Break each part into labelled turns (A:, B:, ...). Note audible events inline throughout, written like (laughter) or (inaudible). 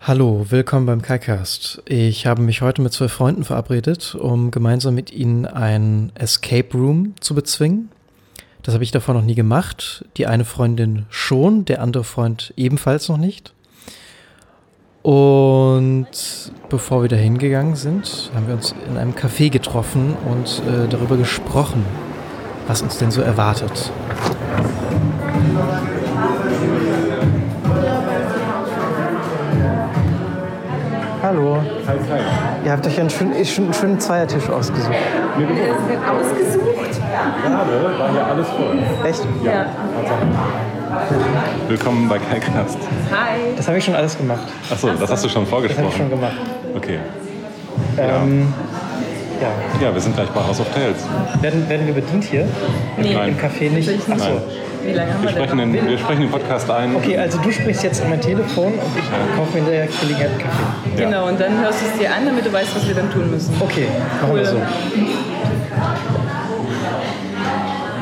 A: Hallo, willkommen beim KaiCast. Ich habe mich heute mit zwei Freunden verabredet, um gemeinsam mit ihnen ein Escape Room zu bezwingen. Das habe ich davor noch nie gemacht. Die eine Freundin schon, der andere Freund ebenfalls noch nicht. Und bevor wir da hingegangen sind, haben wir uns in einem Café getroffen und äh, darüber gesprochen, was uns denn so erwartet. Hallo.
B: Hi, hi.
A: Ihr habt euch einen schönen, einen schönen Zweiertisch ausgesucht.
C: Es wird ausgesucht.
B: Gerade war hier alles voll.
A: Echt?
C: Ja.
B: Willkommen bei KaiCast.
C: Hi.
A: Das habe ich schon alles gemacht.
B: Achso, das hast du schon
A: Das habe ich schon
B: vorgesprochen.
A: gemacht.
B: Okay.
A: Ähm, ja.
B: Ja, wir sind gleich bei House of Tales.
A: Werden, werden wir bedient hier?
C: Nee.
A: Im
B: Nein,
A: Café nicht?
C: Natürlich nicht.
A: Achso.
C: Wie lange haben
B: wir
C: wir denn?
B: sprechen den, wir sprechen den Podcast ein.
A: Okay, also du sprichst jetzt an mein Telefon und ich kaufe mir in der Gelegenheit einen Kaffee.
C: noch? Genau, und dann hörst du es dir an, damit du weißt, was wir dann tun müssen.
A: Okay, machen wir so.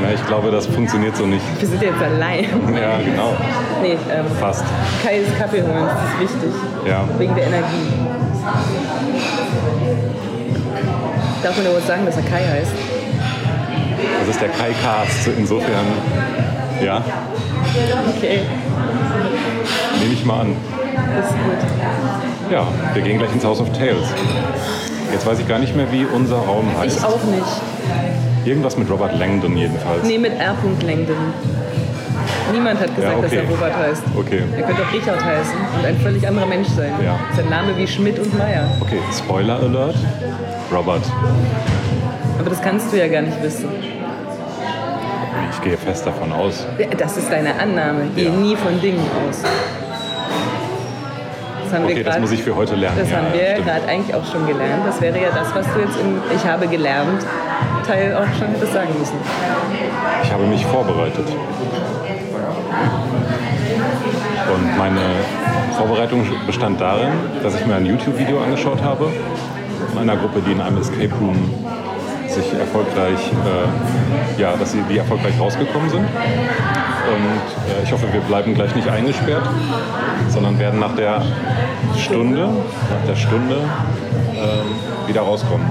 B: Na, ich glaube, das funktioniert so nicht. (laughs)
C: Wir sind jetzt allein.
B: Ja, genau.
C: Nee, ähm,
B: Fast.
C: Kai ist Kaffee holen, das ist wichtig.
B: Ja.
C: Wegen der Energie. Darf man überhaupt sagen, dass er Kai heißt?
B: Das ist der KaiCast. Insofern, ja,
C: Okay,
B: nehme ich mal an.
C: das ist gut.
B: Ja, wir gehen gleich ins House of Tales. Jetzt weiß ich gar nicht mehr, wie unser Raum
C: Ich
B: heißt.
C: auch nicht.
B: Irgendwas mit Robert Langdon jedenfalls.
C: Nee, mit R. Langdon. Niemand hat gesagt,
B: Ja,
C: dass
B: okay.
C: er Robert heißt.
B: Okay.
C: Er könnte auch Richard heißen und ein völlig anderer Mensch sein.
B: Ja.
C: Sein Name wie Schmidt und Meier.
B: Okay, Spoiler Alert. Robert,
C: Aber das kannst du ja gar nicht wissen.
B: ich gehe fest davon aus.
C: Das ist deine Annahme. Geh
B: Ja.
C: nie von Dingen aus. Das haben
B: Okay,
C: wir
B: das
C: grad-
B: muss ich für heute lernen.
C: Das
B: ja,
C: haben
B: ja,
C: wir
B: stimmt.
C: gerade eigentlich auch schon gelernt. Das wäre ja das, was du jetzt im Ich habe gelernt Teil auch schon hättest sagen müssen.
B: Ich habe mich vorbereitet. Und meine Vorbereitung bestand darin, dass ich mir ein YouTube-Video angeschaut habe von einer Gruppe, die in einem Escape Room sich erfolgreich, äh, ja, dass sie die erfolgreich rausgekommen sind. Und äh, ich hoffe, wir bleiben gleich nicht eingesperrt, sondern werden nach der Stunde, nach der Stunde ähm, wieder rauskommen.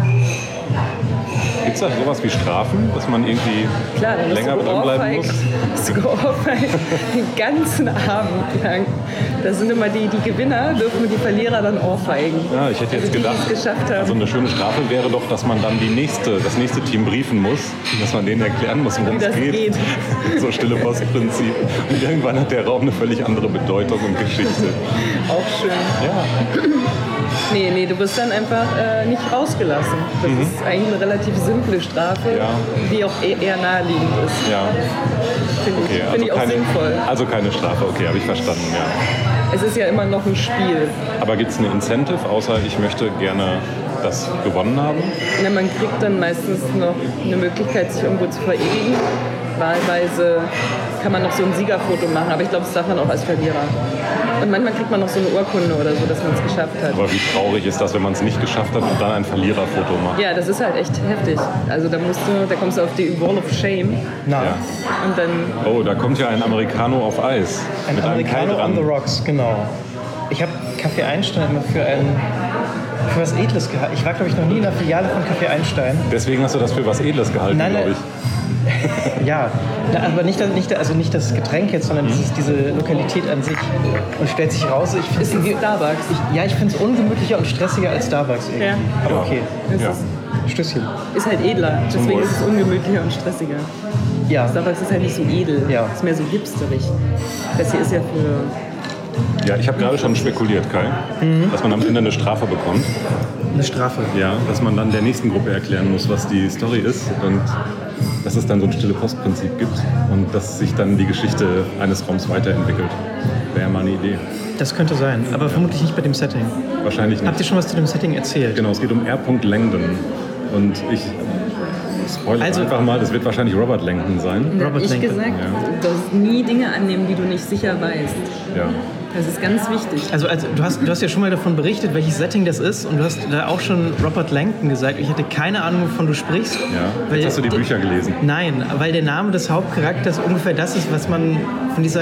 B: Gibt es da sowas wie Strafen, dass man irgendwie
C: Klar, dann
B: länger
C: bist du
B: dranbleiben
C: geohrfeigt. (laughs)
B: muss?
C: Bist du geohrfeigt den ganzen Abend lang. Da sind immer die, die Gewinner, dürfen die Verlierer dann ohrfeigen.
B: Ja, ich hätte jetzt
C: Also die, die
B: gedacht,
C: es geschafft haben.
B: also eine schöne Strafe wäre doch, dass man dann die nächste, das nächste Team briefen muss, dass man denen erklären muss, worum
C: Wie
B: es
C: Um das
B: geht.
C: geht.
B: (laughs) So stille Postprinzip. Und irgendwann hat der Raum eine völlig andere Bedeutung und Geschichte.
C: Auch schön.
B: Ja,
C: Nee, nee, du bist dann einfach äh, nicht rausgelassen. Das ist eigentlich eine relativ simple Strafe,
B: Mhm. Ja.
C: die auch e- eher naheliegend ist.
B: ja.
C: Finde ich,
B: Okay,
C: Finde ich auch sinnvoll.
B: also keine Strafe, okay, habe ich verstanden, ja.
C: Es ist ja immer noch ein Spiel.
B: Aber gibt es ein Incentive, außer ich möchte gerne das gewonnen haben?
C: Na, Ne, man kriegt dann meistens noch eine Möglichkeit, sich irgendwo zu verewigen. Wahlweise kann man noch so ein Siegerfoto machen, aber ich glaube, das darf man auch als Verlierer. Und manchmal kriegt man noch so eine Urkunde oder so, dass man es geschafft hat.
B: Aber wie traurig ist das, wenn man es nicht geschafft hat und dann ein Verliererfoto macht?
C: Ja, das ist halt echt heftig. Also da musst du, da kommst du auf die Wall of Shame
D: Na,
B: Ja.
C: und dann
B: Oh, da kommt ja ein Americano auf Eis.
D: ein
B: mit einem Keil
D: Americano on
B: dran.
D: the rocks, genau. Ich habe Kaffee Einstein immer für ein für was Edles gehalten. Ich war, glaube ich, noch nie in einer Filiale von Kaffee Einstein.
B: Deswegen hast du das für was Edles gehalten,
D: Nein, nein.
B: glaube ich.
D: Ja, Na, aber nicht, das- nicht, also nicht das Getränk jetzt,
B: Mhm.
D: sondern dieses, diese Lokalität an sich. Und stellt sich raus, ich
C: ist
D: finde
C: ein Starbucks.
D: ja, ich finde es ungemütlicher und stressiger als Starbucks irgendwie.
C: Ja.
D: Aber okay,
C: Es
B: Ja.
C: ist
D: Stößchen.
C: Ist halt edler, deswegen
B: Wohl.
C: ist es ungemütlicher und stressiger.
D: Ja,
C: Starbucks ist halt nicht so edel,
D: Ja.
C: ist mehr so hipsterig. Das hier ist ja für.
B: Ja, ich habe gerade schon spekuliert, Kai,
D: Mhm.
B: dass man am Ende eine Strafe bekommt.
D: eine Strafe.
B: Ja, dass man dann der nächsten Gruppe erklären muss, was die Story ist und dass es dann so ein stille Postprinzip gibt und dass sich dann die Geschichte eines Raums weiterentwickelt. Wäre mal eine Idee.
D: Das könnte sein, aber vermutlich nicht bei dem Setting.
B: Wahrscheinlich
D: Habt
B: nicht.
D: ihr schon was zu dem Setting erzählt?
B: Genau, es geht um R. Langdon. Und ich spoilere
D: Also-
B: einfach mal, das wird wahrscheinlich Robert Langdon sein.
D: Robert
C: ich
D: Langdon,
C: gesagt,
B: ja.
C: du sollst nie Dinge annehmen, die du nicht sicher weißt.
B: Ja.
C: Das ist ganz wichtig.
D: Also, also du, hast, du hast ja schon mal davon berichtet, welches Setting das ist und du hast da auch schon Robert Langton gesagt. Ich hatte keine Ahnung, wovon du sprichst.
B: ja.
D: Weil-
B: Jetzt hast du die Bücher gelesen.
D: Nein, weil der Name des Hauptcharakters ungefähr das ist, was man von dieser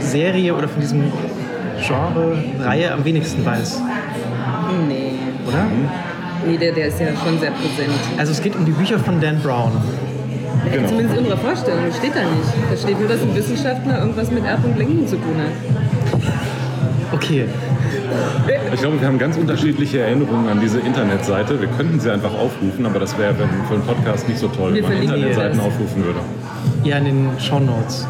D: Serie oder von diesem Genre-Reihe am wenigsten weiß,
C: Nee.
D: oder?
B: Mhm.
C: Nee, der, der ist ja schon sehr präsent.
D: Also es geht um die Bücher von Dan Brown.
B: Genau.
C: Zumindest in unserer Vorstellung. Das steht da nicht. Da steht nur, dass ein Wissenschaftler irgendwas mit Erb und Lenken zu tun hat.
D: Okay,
B: Ich glaube, wir haben ganz unterschiedliche Erinnerungen an diese Internetseite. Wir könnten sie einfach aufrufen, aber das wäre wenn- für einen Podcast nicht so toll,
C: Wir
B: wenn man
C: verlinken die
B: Internetseiten
C: jetzt.
B: aufrufen würde.
D: ja, in den Show Notes.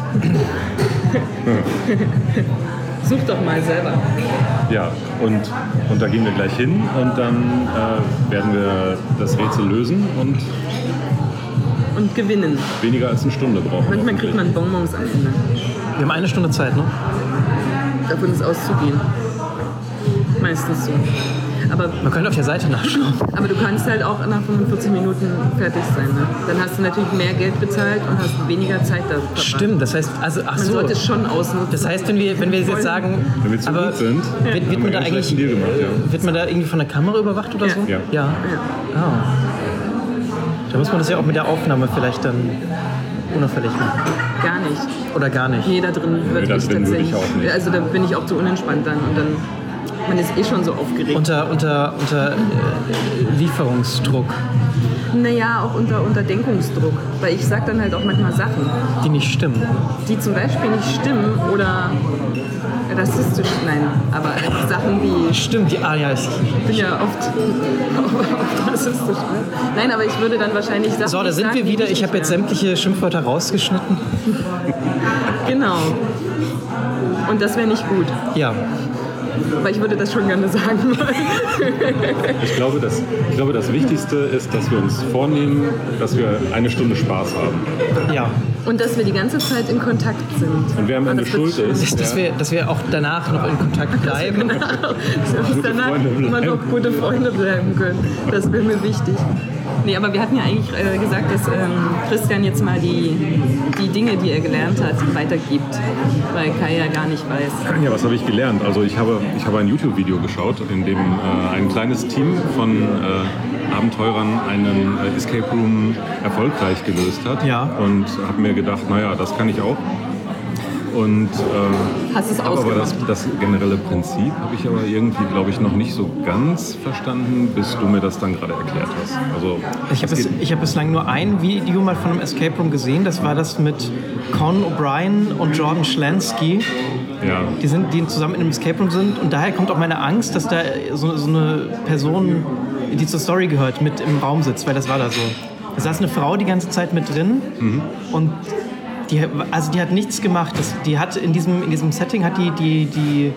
C: Such doch mal selber.
B: Ja, und, und da gehen wir gleich hin und dann äh, werden wir das Rätsel lösen und
C: Und gewinnen.
B: weniger als eine Stunde brauchen.
C: Manchmal
B: hoffentlich.
C: kriegt man Bonbons am Ende.
D: Wir haben eine Stunde Zeit, ne?
C: Davon ist auszugehen. Meistens so. Aber,
D: Man könnte auf der Seite nachschauen.
C: aber du kannst halt auch nach 45 Minuten fertig sein. Ne? Dann hast du natürlich mehr Geld bezahlt und hast weniger Zeit da. verbracht.
D: Stimmt, das heißt, also, ach
C: Man
D: so.
C: sollte es schon ausnutzen.
D: Das heißt, wenn wir, wenn wir jetzt sagen,
B: Wenn wir zu
D: aber
B: gut sind,
D: wird, wird
B: haben wir
D: man da
B: ganz schlecht
D: eigentlich,
B: einen Deal gemacht, ja.
D: wird man da irgendwie von der Kamera überwacht oder
C: Ja.
D: so?
B: Ja.
D: ja. Ah. Da muss man das ja auch mit der Aufnahme vielleicht dann unauffällig machen.
C: Gar nicht.
D: Oder gar nicht.
C: Nee, da drin würde
B: da
C: ich
B: drin würde ich
C: tatsächlich.
B: auch nicht.
C: Also da bin ich auch zu unentspannt dann. Und dann, man ist eh schon so aufgeregt.
D: Unter, unter, unter äh, Lieferungsdruck,
C: Naja, auch unter Unterdenkungsdruck. Weil ich sag dann halt auch manchmal Sachen,
D: die nicht stimmen.
C: die zum Beispiel nicht stimmen oder rassistisch. Nein, aber einfach Sachen wie.
D: Stimmt, die, ah ja, ich,
C: Ich bin ja oft, (laughs) oft rassistisch. Ne? Nein, aber ich würde dann wahrscheinlich Sachen.
D: so, da
C: nicht
D: sind
C: sagen,
D: wir
C: die
D: wieder.
C: nicht
D: Ich habe jetzt
C: wären.
D: sämtliche Schimpfwörter rausgeschnitten.
C: Genau. Und das wäre nicht gut.
D: Ja,
C: Weil ich würde das schon gerne (laughs) sagen wollen.
B: Ich glaube, das, ich glaube, das Wichtigste ist, dass wir uns vornehmen, dass wir eine Stunde Spaß haben.
D: ja.
C: Und dass wir die ganze Zeit in Kontakt sind.
B: Und wer am
C: Aber
B: Ende
C: Ah, das wird
B: schuld ist,
D: Dass, dass,
B: der-
D: wir, dass wir auch danach noch in Kontakt
C: genau-
D: bleiben.
C: dass
B: Gute
C: danach
B: Freunde bleiben.
C: immer noch gute Freunde bleiben können. Das wäre mir wichtig. Nee, aber wir hatten ja eigentlich äh, gesagt, dass ähm, Christian jetzt mal die, die Dinge, die er gelernt hat, weitergibt. Weil Kai ja gar nicht weiß.
B: Ja, was habe ich gelernt? Also ich habe, ich habe ein YouTube-Video geschaut, in dem äh, ein kleines Team von äh, Abenteurern einen äh, Escape Room erfolgreich gelöst hat.
D: Ja.
B: Und habe mir gedacht, naja, das kann ich auch. Und äh,
C: Hast es
B: habe aber das,
C: ausgemacht.
B: das generelle Prinzip habe ich aber irgendwie, glaube ich, noch nicht so ganz verstanden, bis du mir das dann gerade erklärt hast. Also
D: Ich habe
B: es
D: bis,
B: geht-
D: ich hab bislang nur ein Video mal von einem Escape Room gesehen. Das war das mit Conan O'Brien und Jordan Schlansky.
B: ja,
D: Die, sind, die zusammen in einem Escape Room sind. Und daher kommt auch meine Angst, dass da so, so eine Person, die zur Story gehört, mit im Raum sitzt. Weil das war da so. Da saß eine Frau die ganze Zeit mit drin.
B: Mhm.
D: Und die, also die hat nichts gemacht. Das, die hat in diesem, in diesem Setting hat die, die, die,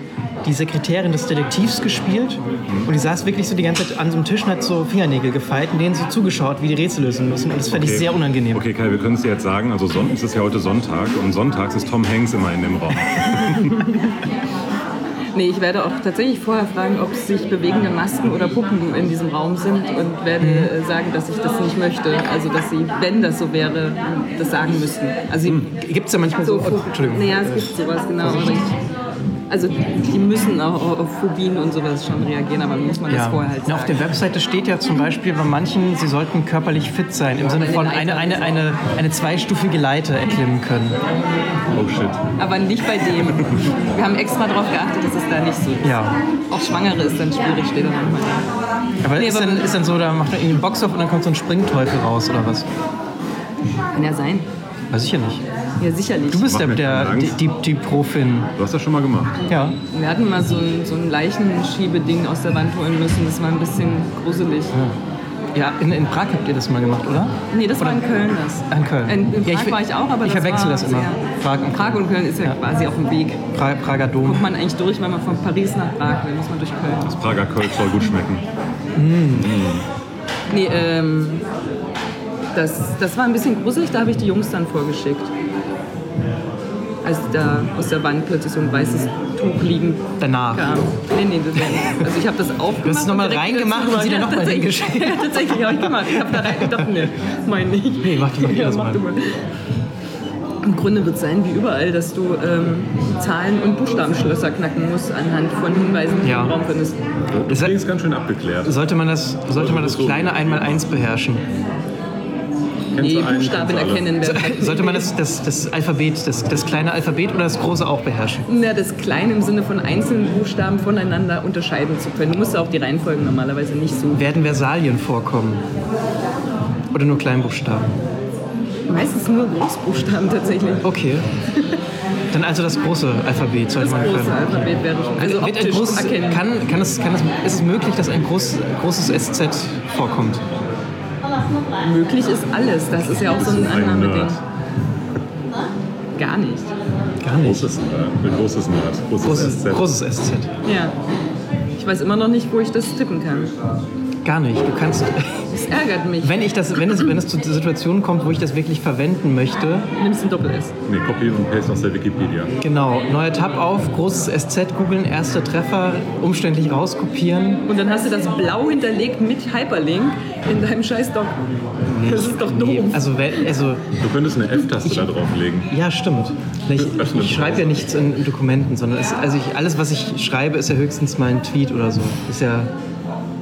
D: die Sekretärin des Detektivs gespielt.
B: Mhm.
D: Und die saß wirklich so die ganze Zeit an so einem Tisch und hat so Fingernägel gefeilt und denen so zugeschaut, wie die Rätsel lösen müssen. Und das fand ich sehr unangenehm.
B: Okay, Kai, wir können es dir jetzt sagen. Also Son es ist ja heute Sonntag und sonntags ist Tom Hanks immer in dem Raum.
C: Nee, ich werde auch tatsächlich vorher fragen, ob es sich bewegende Masken oder Puppen in diesem Raum sind und werde äh,
B: Mhm.
C: sagen, dass ich das nicht möchte. Also, dass sie, wenn das so wäre, das sagen müssten. Also,
B: Mhm.
D: Gibt es ja manchmal so. oh, Entschuldigung. Also,
C: Naja, es gibt sowas, genau. aber ich- Also, die müssen auch auf Phobien und sowas schon reagieren, aber muss man das
D: Ja.
C: vorher halt
D: Na, auf
C: sagen.
D: der Webseite steht ja zum Beispiel bei manchen, sie sollten körperlich fit sein, im Sinne von eine, eine, eine, eine zweistufige Leiter erklimmen können.
B: Oh shit.
C: Aber nicht bei dem. Wir haben extra darauf geachtet, dass es da nicht so ist.
D: Ja.
C: Auch Schwangere ist dann schwierig, steht da manchmal.
D: Aber
C: Nee,
D: ist,
C: aber-
D: dann, ist dann so, da macht man irgendwie einen Box auf und dann kommt so ein Springteufel raus oder was?
C: Kann ja sein.
D: Weiß ich ja nicht.
C: Ja, sicherlich.
D: Du bist
B: Mach
D: der,
B: mir
D: der
B: keine
D: die,
B: Angst.
D: die, die Profin.
B: Du hast das schon mal gemacht.
D: Ja.
C: Wir hatten mal so ein, so ein Leichenschiebeding aus der Wand holen müssen. Das war ein bisschen gruselig.
D: Ja, in, in Prag habt ihr das mal gemacht, oder?
C: Nee, das war in Köln. Das.
D: Ah, In Köln.
C: In, in Prag
D: ja,
C: war ich auch, aber
D: ich
C: das
D: verwechsel
C: war
D: das immer.
C: sehr-
D: Prag und
C: Prag und Köln ist ja,
D: Ja.
C: quasi auf dem Weg.
D: Pra Prager
C: Kommt
D: Dom.
C: man eigentlich durch, wenn man von Paris nach Prag will, muss man durch Köln.
B: Das Prager Kölsch soll gut schmecken.
C: Nee, ähm, das, das war ein bisschen gruselig, da habe ich die Jungs dann vorgeschickt. Als da aus der Wand plötzlich so ein weißes Tuch liegen
D: Danach.
C: kam. Nee, nee, das war nicht. Also ich habe das aufgemacht.
D: Du hast es noch mal
C: und direkt
D: reingemacht
C: wieder
D: und sie dann noch mal
C: Tatsächlich-
D: hingeschickt.
C: (laughs) Ja, tatsächlich habe ich gemacht. Ich habe da reingedacht, nee, mein nicht.
D: Nee, mach du doch jedes Mal.
C: Im Grunde wird es sein wie überall, dass du ähm, Zahlen- und Buchstabenschlösser knacken musst anhand von Hinweisen, die
D: Ja.
C: du im Raum findest.
B: Du
D: Das hat-
B: klingst ganz schön abgeklärt.
D: Sollte man das, sollte man das kleine Einmaleins beherrschen?
B: kennst
C: Nee,
B: du einen,
C: Buchstaben
B: kennst du alle.
C: erkennen wir.
D: Sollte man das, das, das Alphabet, das, das kleine Alphabet oder das große auch beherrschen?
C: Na, das Kleine im Sinne von einzelnen Buchstaben voneinander unterscheiden zu können. Du musst ja auch die Reihenfolgen normalerweise nicht suchen.
D: Werden Versalien vorkommen? Oder nur Kleinbuchstaben?
C: Meistens nur Großbuchstaben tatsächlich.
D: Okay. Dann also das große Alphabet sollte
C: Das
D: man
C: große
D: können.
C: Alphabet wäre schon. Also
D: Also wird ein
C: optisch
D: großes,
C: erkennen.
D: kann, kann es, kann es, ist es möglich, dass ein groß, großes SZ vorkommt?
C: möglich ist alles. Das ist ja auch so ein
B: ein
C: Annahmeding.
B: Nerd.
C: Gar nicht.
D: Gar nicht.
B: Großes Nerd. Ein großes Nerd. Großes,
D: Großes,
B: SZ.
D: großes SZ.
C: Ja. Ich weiß immer noch nicht, wo ich das tippen kann.
D: Gar nicht. Du kannst, (laughs)
C: Das ärgert mich.
D: wenn, ich das, wenn, es, wenn es zu Situationen kommt, wo ich das wirklich verwenden möchte,
C: Nimmst ein Doppel-S.
B: Nee, Copy und Paste aus der Wikipedia.
D: genau, neuer Tab auf, großes SZ googeln, erster Treffer, umständlich rauskopieren.
C: Und dann hast du das blau hinterlegt mit Hyperlink in deinem scheiß Doc. Das ist doch um. doof.
D: Nee, also, wenn- also,
B: Du könntest eine F-Taste da drauflegen.
D: ja, stimmt. Ich,
B: Öffnen.
D: ich schreibe ja nichts in Dokumenten, sondern es, also ich, alles, was ich schreibe, ist ja höchstens mal ein Tweet oder so. Ist ja,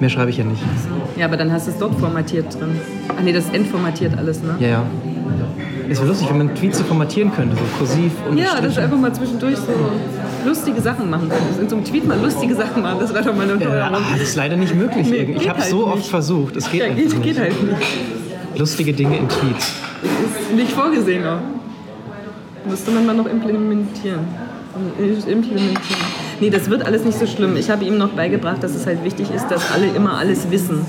D: mehr schreibe ich ja nicht.
C: Ja, aber dann hast du es dort formatiert drin. Ach nee, das ist entformatiert alles, ne?
D: Ja, ja. Es wäre lustig, wenn man Tweets so formatieren könnte, so kursiv und
C: Ja, dass du einfach mal zwischendurch so lustige Sachen machen kannst. In so einem Tweet mal lustige Sachen machen, das wäre doch mal eine
D: äh,
C: Neuerung.
D: ah, das ist leider nicht möglich.
C: Nee,
D: irgendwie. ich
C: geht
D: habe
C: halt
D: so
C: nicht.
D: oft versucht. Es geht,
C: Ja,
D: einfach
C: geht,
D: nicht.
C: geht halt nicht.
D: Lustige Dinge in Tweets.
C: Ist nicht vorgesehen auch. Müsste man mal noch implementieren. Implementieren. Nee, das wird alles nicht so schlimm. Ich habe ihm noch beigebracht, dass es halt wichtig ist, dass alle immer alles wissen.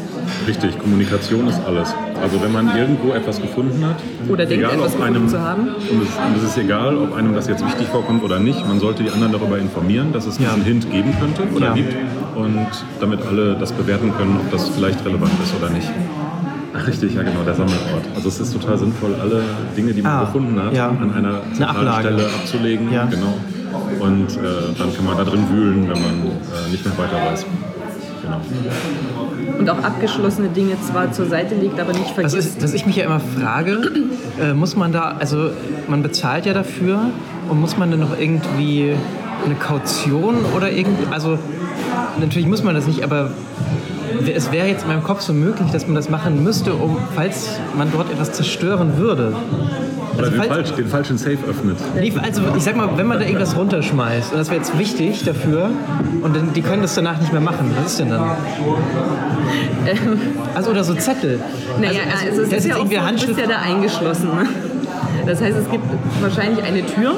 B: Richtig, Kommunikation ist alles. Also wenn man irgendwo etwas gefunden hat,
C: Oder denkt, etwas
B: ob
C: gefunden
B: einem,
C: zu haben.
B: Und es, und es ist egal, ob einem das jetzt wichtig vorkommt oder nicht, man sollte die anderen darüber informieren, dass es
D: Ja.
B: diesen Hint geben könnte oder
D: Ja.
B: gibt und damit alle das bewerten können, ob das vielleicht relevant ist oder nicht. Ach, Richtig, ja genau, der Sammelort. Also es ist total sinnvoll, alle Dinge, die man
D: Ah,
B: gefunden hat,
D: ja.
B: an einer
D: Eine
B: zentralen
D: Ablage.
B: Stelle abzulegen.
D: Ja.
B: Genau. Und äh, dann kann man da drin wühlen, wenn man äh, nicht mehr weiter weiß. Genau.
C: Und auch abgeschlossene Dinge zwar zur Seite legt, aber nicht
D: Was,
C: vergisst.
D: ist, was ich mich ja immer frage, äh, muss man da, also man bezahlt ja dafür und muss man dann noch irgendwie eine Kaution oder irgendwie, also natürlich muss man das nicht, aber w- es wäre jetzt in meinem Kopf so möglich, dass man das machen müsste, um, falls man dort etwas zerstören würde.
B: Oder den,
D: falls-
B: falsch, den falschen Safe öffnet.
D: Nee, Also ich sag mal, wenn man da irgendwas runterschmeißt und das wäre jetzt wichtig dafür und dann, die können das danach nicht mehr machen, was ist denn
C: (laughs)
D: dann? Also oder so Zettel.
C: Naja, also, es
D: das
C: ist
D: ist
C: ja auch so,
D: irgendwie
C: du bist
D: Handschrift.
C: ja da eingeschlossen. ne? Das heißt, es gibt wahrscheinlich eine Tür,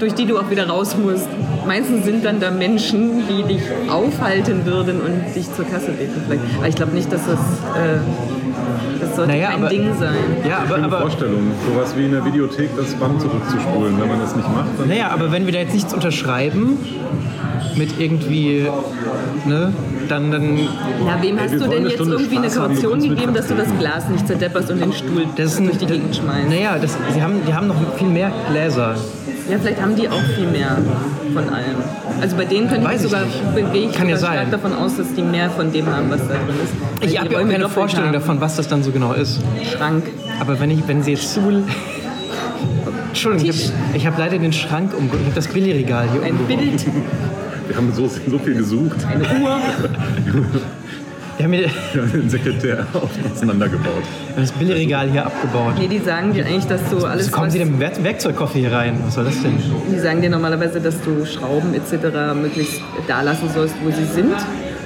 C: durch die du auch wieder raus musst. Meistens sind dann da Menschen, die dich aufhalten würden und dich zur Kasse beten. Vielleicht. Aber ich glaube nicht, dass das, äh, das sollte
D: Naja,
C: kein
D: aber-
C: Ding sein.
D: Ja, aber,
B: Schöne
D: aber,
B: Vorstellung, sowas wie in der Videothek das Band zurückzuspulen. Wenn man das nicht macht, dann
D: naja, aber wenn wir da jetzt nichts unterschreiben mit irgendwie, ne, dann, dann,
C: Na, wem hast
B: wir
C: du
B: wollen
C: denn
B: eine
C: jetzt
B: Stunde
C: irgendwie eine
B: Spaß haben, du
C: Kaution
B: kannst
C: gegeben, dass du das Glas nicht zerdepperst und den Stuhl
D: das ist ein,
C: durch die Gegend schmeißt?
D: Naja, das, sie haben, die haben noch viel mehr Gläser.
C: Ja, vielleicht haben die auch viel mehr von allem. Also bei denen könnte
D: Weiß
C: ich
D: ich
C: sogar,
D: nicht.
C: gehe ich
D: Kann ja
C: sogar stark
D: sein.
C: davon aus, dass die mehr von dem haben, was da drin ist. Weil
D: Ich
C: die
D: habe ja auch
C: Räume
D: keine
C: doppelt
D: Vorstellung
C: haben.
D: davon, was das dann so genau ist.
C: Schrank.
D: Aber wenn, ich, wenn sie jetzt... Entschuldigung, ich habe ich hab leider den Schrank umge... Ich habe das Billigregal hier um-
C: Ein
D: umgebaut.
C: Bild,
B: wir haben so, so viel gesucht. (laughs)
C: eine Uhr.
D: Wir haben hier (laughs)
B: Wir haben den Sekretär auch auseinandergebaut.
D: das Billigregal hier abgebaut.
C: Nee, die sagen dir eigentlich, dass du alles.
D: Wieso kommen
C: was-
D: Sie denn mit dem Werk Werkzeugkoffer hier rein? Was soll das denn?
C: Die sagen dir normalerweise, dass du Schrauben etc. möglichst da lassen sollst, wo sie sind.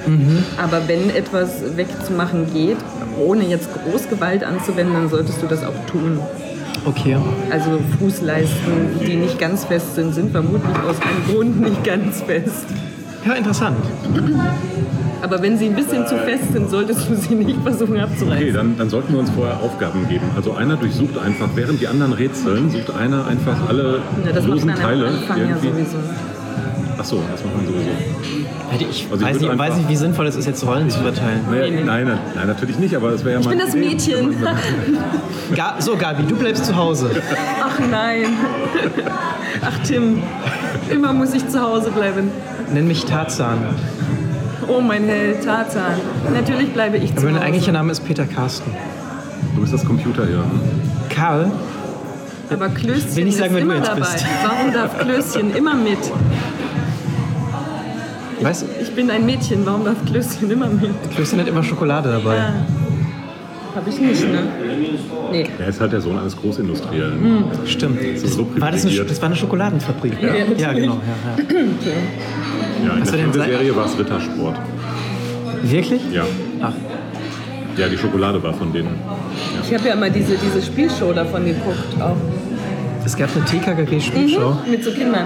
D: Mhm.
C: Aber wenn etwas wegzumachen geht, ohne jetzt Großgewalt anzuwenden, dann solltest du das auch tun.
D: Okay.
C: Also Fußleisten, die nicht ganz fest sind, sind vermutlich aus einem Grund nicht ganz fest.
D: Ja, interessant.
C: Aber wenn sie ein bisschen zu fest sind, solltest du sie nicht versuchen
B: Okay,
C: abzureißen.
B: dann, dann sollten wir uns vorher Aufgaben geben. Also einer durchsucht einfach, während die anderen rätseln, sucht einer einfach alle
C: Ja, das macht
B: losen
C: man am
B: Teile.
C: Anfang ja sowieso.
B: Ach so, das macht man sowieso.
D: Hätte ich,
B: Also ich
D: weiß,
B: würde
D: nicht,
B: einfach-
D: weiß nicht, wie sinnvoll es ist, jetzt Rollen zu verteilen.
B: Naja, nein, nein, nein, natürlich nicht, aber es wäre ja mal.
C: Ich bin
B: (laughs)
C: das
B: eine Idee.
C: Mädchen. (laughs)
D: Ga so, Gabi, du bleibst zu Hause.
C: Ach nein. Ach Tim, immer muss ich zu Hause bleiben.
D: Nenn mich Tarzan.
C: Oh mein Held, Tarzan. Natürlich bleibe ich zu
D: Aber mein
C: Hause.
D: eigentlicher Name ist Peter Carsten.
B: Du bist das Computerhirn.
D: Karl?
C: Aber Klößchen
D: will nicht sagen,
C: ist
D: wer du
C: immer
D: jetzt
C: dabei.
D: bist.
C: Warum darf Klößchen immer mit?
D: Weißt
C: Ich bin ein Mädchen, warum darf Klößchen immer mit?
D: du, Klößchen hat immer Schokolade dabei.
C: Habe ich nicht, ne? Nee.
B: Er ist halt der Sohn eines Großindustriellen.
C: Hm.
D: Stimmt.
B: ist so
D: war das, eine,
B: privilegiert.
D: das war eine Schokoladenfabrik. Ja, genau. Ja, ja.
B: Ja, in
D: Hast
B: der
D: du den
B: Fernsehserie war es Rittersport.
D: Wirklich?
B: Ja.
D: Ach.
B: ja, die Schokolade war von denen.
C: Ich habe ja immer diese, diese Spielshow davon geguckt, auch Mhm.
D: Es gab eine TKKG-Spielshow.
C: mit so Kindern.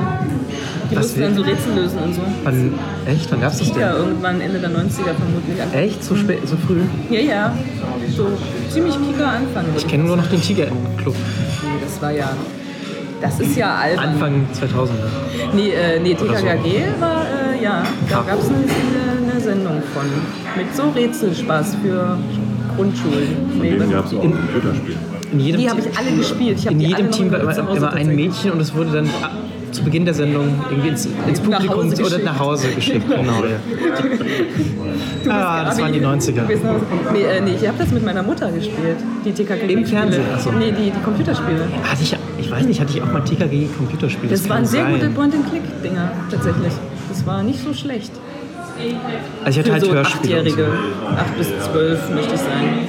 C: Die
D: Was
C: mussten dann
D: will-
C: so Rätsel lösen und so.
D: Wann, echt? Wann gab's das denn?
C: Ja, irgendwann Ende der 90er vermutlich.
D: Echt? So, spät, so früh?
C: Ja, ja. So ziemlich kicker Anfang.
D: Ich kenne nur noch den Tiger im Club.
C: Das war ja. Das ist ja albern.
D: Anfang 2000er.
C: Nee, äh, nee
D: Oder so.
C: TKKG war, äh, ja, da
D: Ah.
C: gab es eine, eine, eine Sendung von. Mit so Rätselspaß für Grundschulen.
B: Von
C: Nee,
B: denen
C: was-
B: gab es auch ein Computerspiel.
D: In jedem
C: die habe
D: Team-
C: ich alle gespielt. Ich hab
D: In
C: die
D: jedem
C: alle
D: Team war
C: noch
D: immer,
C: zu Hause
D: immer ein
C: tatsächlich.
D: Mädchen und es wurde dann ab, zu Beginn der Sendung irgendwie ins, ins Publikum
C: Hause
D: oder
C: geschickt.
D: nach Hause geschickt. Genau, ja. Ah, das
C: Aber
D: waren die
C: ich-
D: 90er.
C: du bist nach Hause gekommen. Nee, äh, nee ich habe das mit meiner Mutter gespielt. Die TKKG.
D: Im Fernsehen, ach so.
C: Nee, die, die Computerspiele.
D: Hatte ich, ich weiß nicht, hatte ich auch mal TKG Computerspiele.
C: Das
D: kann
C: waren sehr
D: sein.
C: gute Point-and-Click-Dinger, tatsächlich. Das war nicht so schlecht.
D: Also ich hatte
C: Für
D: halt
C: so
D: Hörspiele. und
C: Achtjährige, acht bis zwölf möchte ich sagen,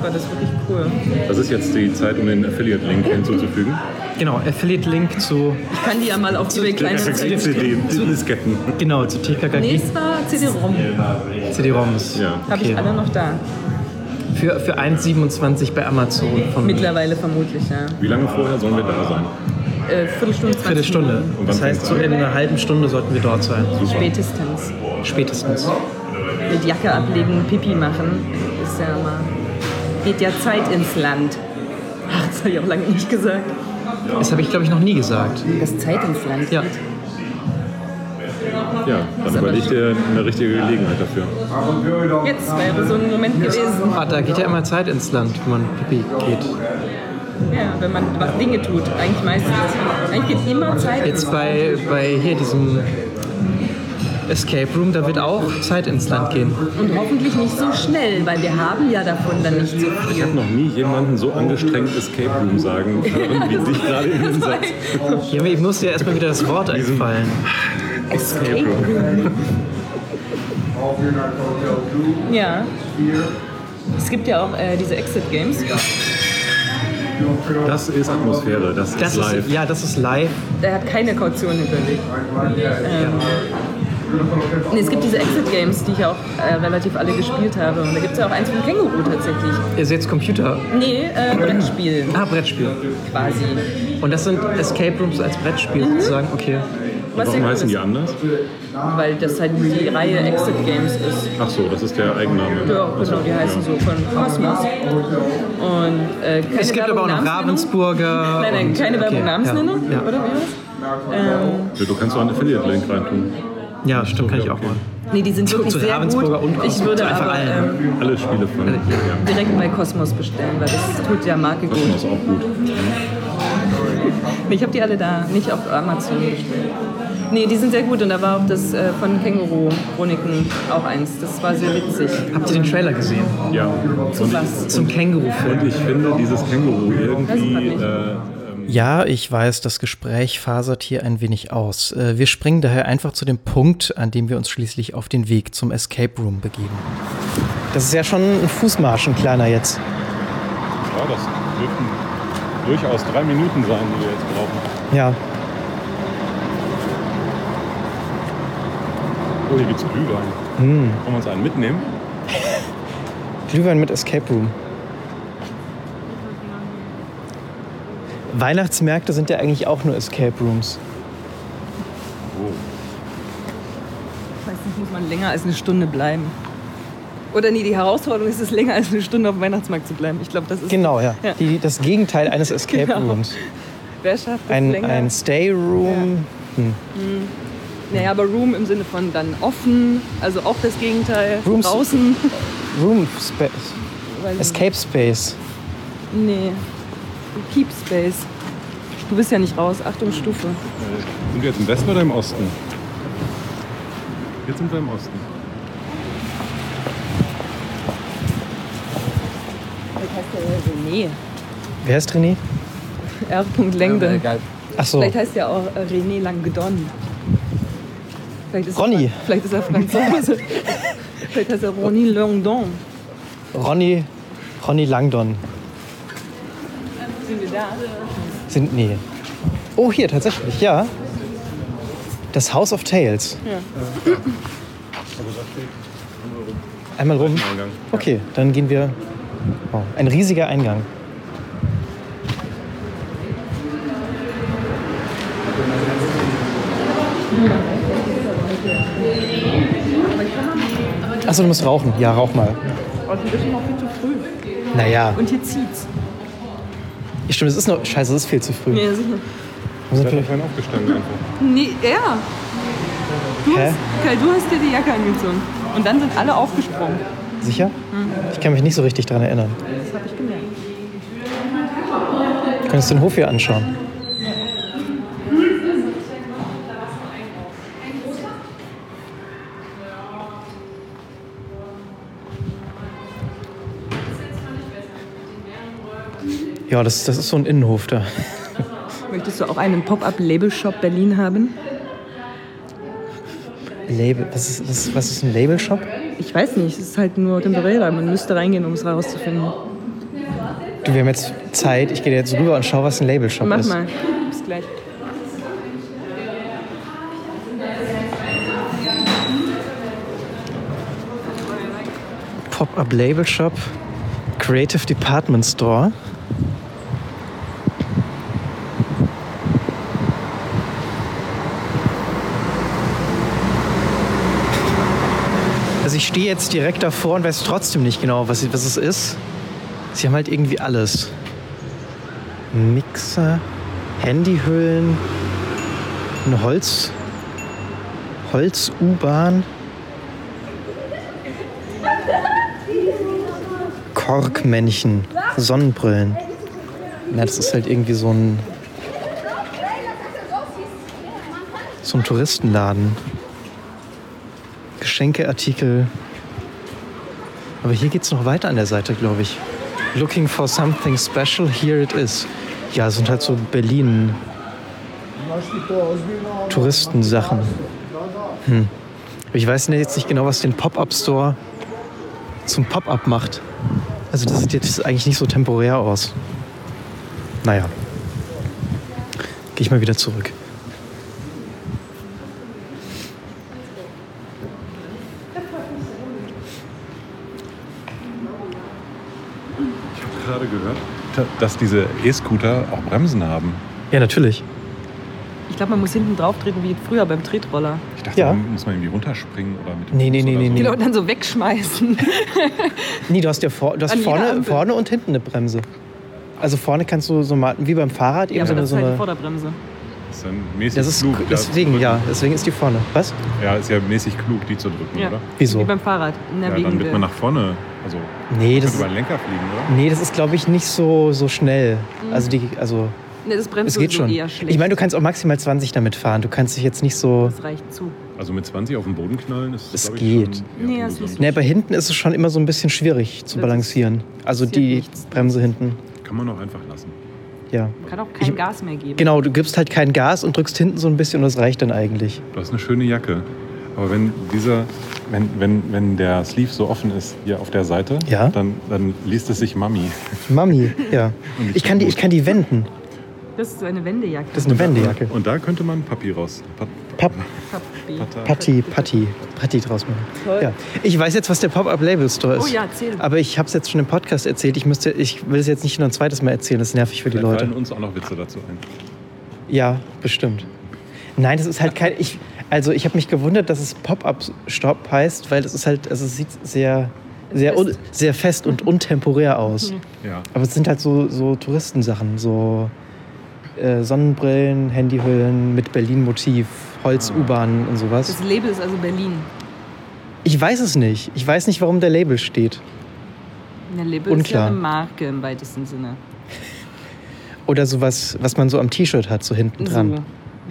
C: war das wirklich cool.
B: Das ist jetzt die Zeit, um den Affiliate-Link hinzuzufügen.
D: So. Genau, Affiliate Link zu
C: Ich kann die ja mal auf eBay
D: Äh,
C: Kleinanzeigen.
B: CD, Disketten.
D: genau zu TKG
C: Nee, es war CD-ROM.
D: CD-ROMs.
B: Ja.
C: Habe ich
D: Okay.
C: alle noch da.
D: Für, für 1,27 bei Amazon von
C: Mittlerweile vermutlich, ja.
B: Wie lange vorher sollen wir da sein?
C: Äh, Viertelstunde, 20
D: Viertelstunde.
C: Minuten.
B: wann
D: Das heißt,
B: fängt's
D: so in einer halben Stunde sollten wir dort sein.
C: Spätestens.
D: Spätestens.
C: Mit Jacke ablegen, Pipi machen. Ist ja mal. Geht ja Zeit ins Land. (laughs) Ach, das habe ich auch lange nicht gesagt.
D: Das habe ich, glaube ich, noch nie gesagt.
C: Das Zeit ins Land
D: Ja.
C: geht.
B: Ja, dann überleg dir eine richtige Gelegenheit dafür.
C: Jetzt wäre so ein Moment gewesen.
D: Ah, da geht ja immer Zeit ins Land, wenn man Pipi geht.
C: Ja, wenn man was Dinge tut. Eigentlich meistens. Eigentlich geht immer Zeit ins
D: Jetzt bei, bei hier diesem Escape Room, da wird auch Zeit ins Land gehen.
C: Und hoffentlich nicht so schnell, weil wir haben ja davon dann nicht so
B: Ich
C: viel.
B: habe noch nie jemanden so angestrengt Escape Room sagen hören, wie dich gerade in diesem Satz.
D: Ja, aber ich muss dir erstmal wieder das Wort einfallen.
C: Escape Room. Ja. Es gibt ja auch äh, diese Exit Games.
B: Das ist Atmosphäre, das ist
D: Das
B: live.
D: ist, ja, das ist live.
C: Der hat keine Kaution hinterlegt. Ähm, nee, es gibt diese Exit Games, die ich auch äh, relativ alle gespielt habe. Und da gibt es ja auch eins vom Känguru tatsächlich.
D: Ihr seht Computer.
C: Nee, äh, Brettspiel
D: Ah, Brettspiel.
C: quasi.
D: Und das sind Escape Rooms als Brettspiel
C: Mhm.
D: sozusagen. Okay.
C: Was
B: Warum
C: ja
B: heißen
C: cool
B: die
C: ist,
B: anders?
C: Weil das halt die Reihe Exit Games ist.
B: Ach so, das ist der Eigenname.
C: Ja,
B: Ach so,
C: genau, die heißen so von Cosmos. Und äh, keine
D: Es gibt
C: Werbung,
D: aber auch noch
C: Namensnennung.
D: Ravensburger.
C: (laughs) Nein, nein,
D: und-
C: keine Werbung,
D: okay,
C: Namensnennung,
D: Ja,
C: oder
D: ja.
C: wie was? Ähm,
B: Ja, Du kannst auch einen Affiliate-Link reintun.
D: ja stimmt, kann ich auch mal.
C: nee, die sind wirklich
D: zu
C: sehr
D: Ravensburger
C: gut.
D: und
C: Ich würde
D: zu einfach
C: aber
D: allen.
C: ähm,
B: Alle Spiele von. Ja.
C: direkt bei Cosmos bestellen, weil das tut ja Marke
B: Das
C: gut.
B: ist auch gut.
C: Ich habe die alle da, nicht auf Amazon bestellt. Nee, die sind sehr gut und da war auch das äh, von Känguru Chroniken auch eins. Das war sehr witzig.
D: Habt ihr den Trailer gesehen?
B: Ja.
C: Zu
B: Und
C: was?
D: Zum Känguru-Film.
B: ich, ich finde dieses Känguru irgendwie.
C: Das
B: Äh,
A: Ja, ich weiß, das Gespräch fasert hier ein wenig aus. Äh, Wir springen daher einfach zu dem Punkt, an dem wir uns schließlich auf den Weg zum Escape Room begeben.
D: Das ist ja schon ein Fußmarsch, ein kleiner jetzt.
B: ja, das dürften durchaus drei Minuten sein, die wir jetzt brauchen.
D: Ja.
B: Oh, hier gibt's Glühwein.
A: Hm.
B: Wollen wir uns einen mitnehmen?
D: Glühwein mit Escape Room. Weihnachtsmärkte sind ja eigentlich auch nur Escape Rooms.
B: Oh.
C: Meistens muss man länger als eine Stunde bleiben. Oder nee, die Herausforderung ist es, länger als eine Stunde auf dem Weihnachtsmarkt zu bleiben. Ich glaube, das ist.
D: Genau, ja.
C: Ja.
D: Die, das Gegenteil
C: (laughs)
D: eines Escape
C: Genau.
D: Rooms.
C: Wer schafft es
D: Ein,
C: länger?
D: ein Stay Room.
C: Naja, aber Room im Sinne von dann offen, also auch das Gegenteil.
D: Rooms-
C: Draußen.
D: (laughs) Room Space.
C: Weiß ich
D: Escape Space.
C: nicht. Nee. Keep Space. Du bist ja nicht raus. Achtung, Stufe.
B: Sind wir jetzt im Westen oder im Osten? Jetzt sind wir im Osten.
C: Das heißt ja René.
D: Wer ist René?
C: R. Lengde.
D: Ach so.
C: Vielleicht heißt ja auch äh, René Langedon. Vielleicht ist
D: Ronny.
C: Er, vielleicht (laughs) ist er Franzose. vielleicht heißt er Ronny Langdon.
D: Ronny.
A: Honey Langdon.
C: Sind wir da?
A: Sind, nee. Oh, hier tatsächlich, ja. Das House of Tales. Einmal rum.
B: Eingang.
A: Okay, dann gehen wir. Wow, ein riesiger Eingang. Achso, du musst rauchen. Ja, rauch mal.
C: Und ein bisschen noch viel zu früh.
A: Naja,
C: Und hier zieht's.
A: stimmt, es ist noch. Scheiße, es ist viel zu früh.
C: Nee, sicher.
A: Muss
B: Da hat er
A: natürlich-
B: vorhin aufgestanden einfach.
C: Nee, er. Du
A: Hä?
C: hast, Kai, du hast dir die Jacke angezogen. Und dann sind alle aufgesprungen.
A: Sicher? Ich kann mich nicht so richtig daran erinnern.
C: Das habe ich gemerkt.
A: Du könntest den Hof hier anschauen. Ja, das, das ist so ein Innenhof da.
C: Möchtest du auch einen Pop-Up-Label-Shop Berlin haben?
A: Label, was ist, was, was ist ein Label-Shop?
C: Ich weiß nicht, es ist halt nur temporär. da. Man müsste reingehen, um es rauszufinden.
A: Du, wir haben jetzt Zeit. Ich gehe jetzt rüber und schaue, was ein Label-Shop
C: Mach
A: ist.
C: mal. Bis gleich.
A: Pop-up Label Shop, Creative Department Store. Also ich stehe jetzt direkt davor und weiß trotzdem nicht genau, was, was es ist. Sie haben halt irgendwie alles. Mixer, Handyhüllen, eine Holz, Holz-U-Bahn. Korkmännchen, Sonnenbrillen. Na, das ist halt irgendwie so ein. So ein Touristenladen. Geschenkeartikel. Aber hier geht's noch weiter an der Seite, glaube ich. Looking for something special, here it is. Ja, es sind halt so Berlin. Touristensachen. Hm. Aber Ich weiß jetzt nicht genau, was den Pop-Up-Store zum Pop-up macht. Also das sieht jetzt eigentlich nicht so temporär aus. Naja. Gehe ich mal wieder zurück.
B: Ich habe gerade gehört, ta- dass diese E-Scooter auch Bremsen haben.
A: Ja, natürlich.
C: Ich glaube, man muss hinten drauf treten wie früher beim
A: Hm.
C: Tretroller.
B: Ich dachte,
A: Ja.
B: da muss man irgendwie runterspringen oder mit dem
A: Nee,
B: Fuß
A: nee, nee,
B: oder
A: nee,
B: so.
A: nee.
C: Genau, und dann so wegschmeißen.
A: Nee, du hast ja vor, du hast
C: An jeder
A: vorne,
C: Ampel.
A: vorne und hinten eine Bremse. Also vorne kannst du so mal, wie beim Fahrrad eben
C: Ja,
A: so
C: aber
A: eine.
C: das ist
A: So
C: halt die
A: eine
C: Vorderbremse.
B: Das ist dann mäßig
A: das ist
B: klug. da
A: deswegen,
B: zu
A: ja,
B: drücken.
A: deswegen ist die vorne. Was?
B: Ja, ist ja mäßig klug, die zu drücken,
C: Ja.
B: oder?
A: Wieso?
C: Wie beim Fahrrad. Na,
B: Ja,
C: wegen
B: dann wird
C: der-
B: man nach vorne, also
A: Nee, das
B: könnte
A: ist,
B: über den Lenker fliegen, oder?
A: nee, das ist glaube ich nicht so, so schnell. Also die, also
C: Ne, das bremst
A: es geht
C: sowieso
A: schon.
C: Mhm. eher schlecht.
A: Ich meine, du kannst auch maximal 20 damit fahren. Du kannst dich jetzt nicht so.
C: das reicht zu.
B: Also mit 20 auf den Boden knallen ist
A: Es
B: glaub
A: geht.
B: Ich, schon eher
C: Nee, das
B: ungesund.
C: ist
A: Ne, aber hinten ist es schon immer so ein bisschen schwierig zu
C: Das
A: balancieren. Also
C: passiert
A: die
C: nichts.
A: Bremse hinten.
B: Kann man auch einfach lassen.
A: Ja.
C: Kann auch kein Gas mehr geben.
A: Genau, du gibst halt kein Gas und drückst hinten so ein bisschen und das reicht dann eigentlich.
B: Du hast eine schöne Jacke. Aber wenn dieser, wenn, wenn, wenn der Sleeve so offen ist hier auf der Seite,
A: Ja.
B: dann, dann liest es sich Mami.
A: Mami, ja.
B: Und nicht
A: Ich kann die,
B: kaputt.
A: ich kann die wenden.
C: Das ist so eine Wendejacke.
A: Das ist eine Wendejacke.
B: Und da könnte man Papi raus. Pat, äh,
A: Pap
C: Papi.
B: Pata-
A: Patti, Patti, Patti draus machen.
C: Toll.
A: Ja. Ich weiß jetzt, was der Pop-Up-Label-Store ist.
C: Oh ja, erzähl.
A: Aber ich habe es jetzt schon im Podcast erzählt. Ich, müsste, ich will es jetzt nicht nur ein zweites Mal erzählen. Das ist nervig für die
B: Vielleicht
A: Leute.
B: fallen uns auch noch Witze dazu ein.
A: Ja, bestimmt. Nein, das ist halt kein. Ich, also ich habe mich gewundert, dass es Pop-up-Stop heißt, weil es ist halt, also es sieht sehr, sehr, un,
C: Fest.
A: sehr fest und untemporär aus.
B: Ja.
A: Aber es sind halt so, so Touristensachen, so äh, Sonnenbrillen, Handyhüllen mit Berlin-Motiv,
B: Ah.
A: Holz-U-Bahn und sowas.
C: Das Label ist also Berlin.
A: Ich weiß es nicht. Ich weiß nicht, warum der Label steht.
C: Eine Label ist
A: Unklar.
C: ja eine Marke im weitesten Sinne.
A: Oder sowas, was man so am T-Shirt hat, so hinten dran.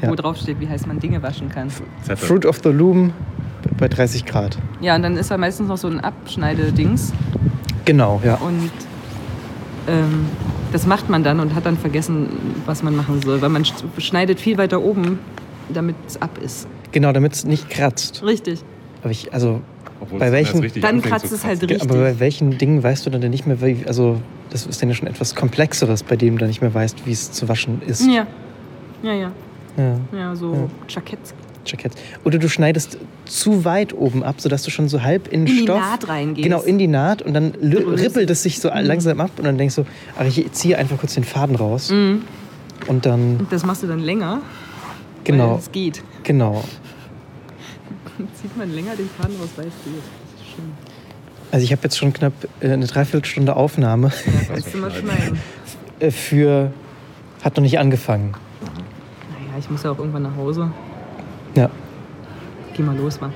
C: So, wo
A: Ja.
C: drauf steht, wie heiß man Dinge waschen kann.
B: Zettel.
A: Fruit of the Loom bei 30 Grad.
C: Ja, und dann ist da meistens noch so ein Abschneidedings.
A: Genau, ja.
C: Und ähm, das macht man dann und hat dann vergessen, was man machen soll. Weil man sch- schneidet viel weiter oben, damit es ab ist.
A: Genau, damit es nicht kratzt.
C: Richtig.
A: Aber ich, also,
B: Obwohl
A: Bei
B: es erst
A: welchen-
B: richtig
C: Dann
B: anfängt zu
C: kratzt es halt
B: kratzen.
A: Ja,
C: Richtig.
A: aber bei welchen Dingen weißt du dann denn nicht mehr, wie, also das ist dann ja schon etwas Komplexeres, bei dem du dann nicht mehr weißt, wie es zu waschen ist.
C: Ja. Ja, ja.
A: Ja,
C: Ja, so
A: Ja.
C: Jacketts.
A: Jackett. Oder du schneidest zu weit oben ab, sodass du schon so halb in,
C: die
A: Stoff...
C: Naht reingehst.
A: Genau, in die Naht und dann li-
C: Oder-
A: rippelt es sich so
C: Mhm.
A: langsam ab und dann denkst du, ach, ich ziehe einfach kurz den Faden raus
C: Mhm.
A: und dann,
C: Und das machst du dann länger.
A: genau,
C: Es geht.
A: genau.
C: Dann zieht man länger den Faden raus, weil es geht. Das ist schön.
A: Also ich habe jetzt schon knapp äh, eine Dreiviertelstunde Aufnahme
C: Ja, kannst du mal schneiden.
A: äh, für, hat noch nicht angefangen.
C: Naja, ich muss ja auch irgendwann nach Hause.
A: Ja,
C: Geh mal los, Mann.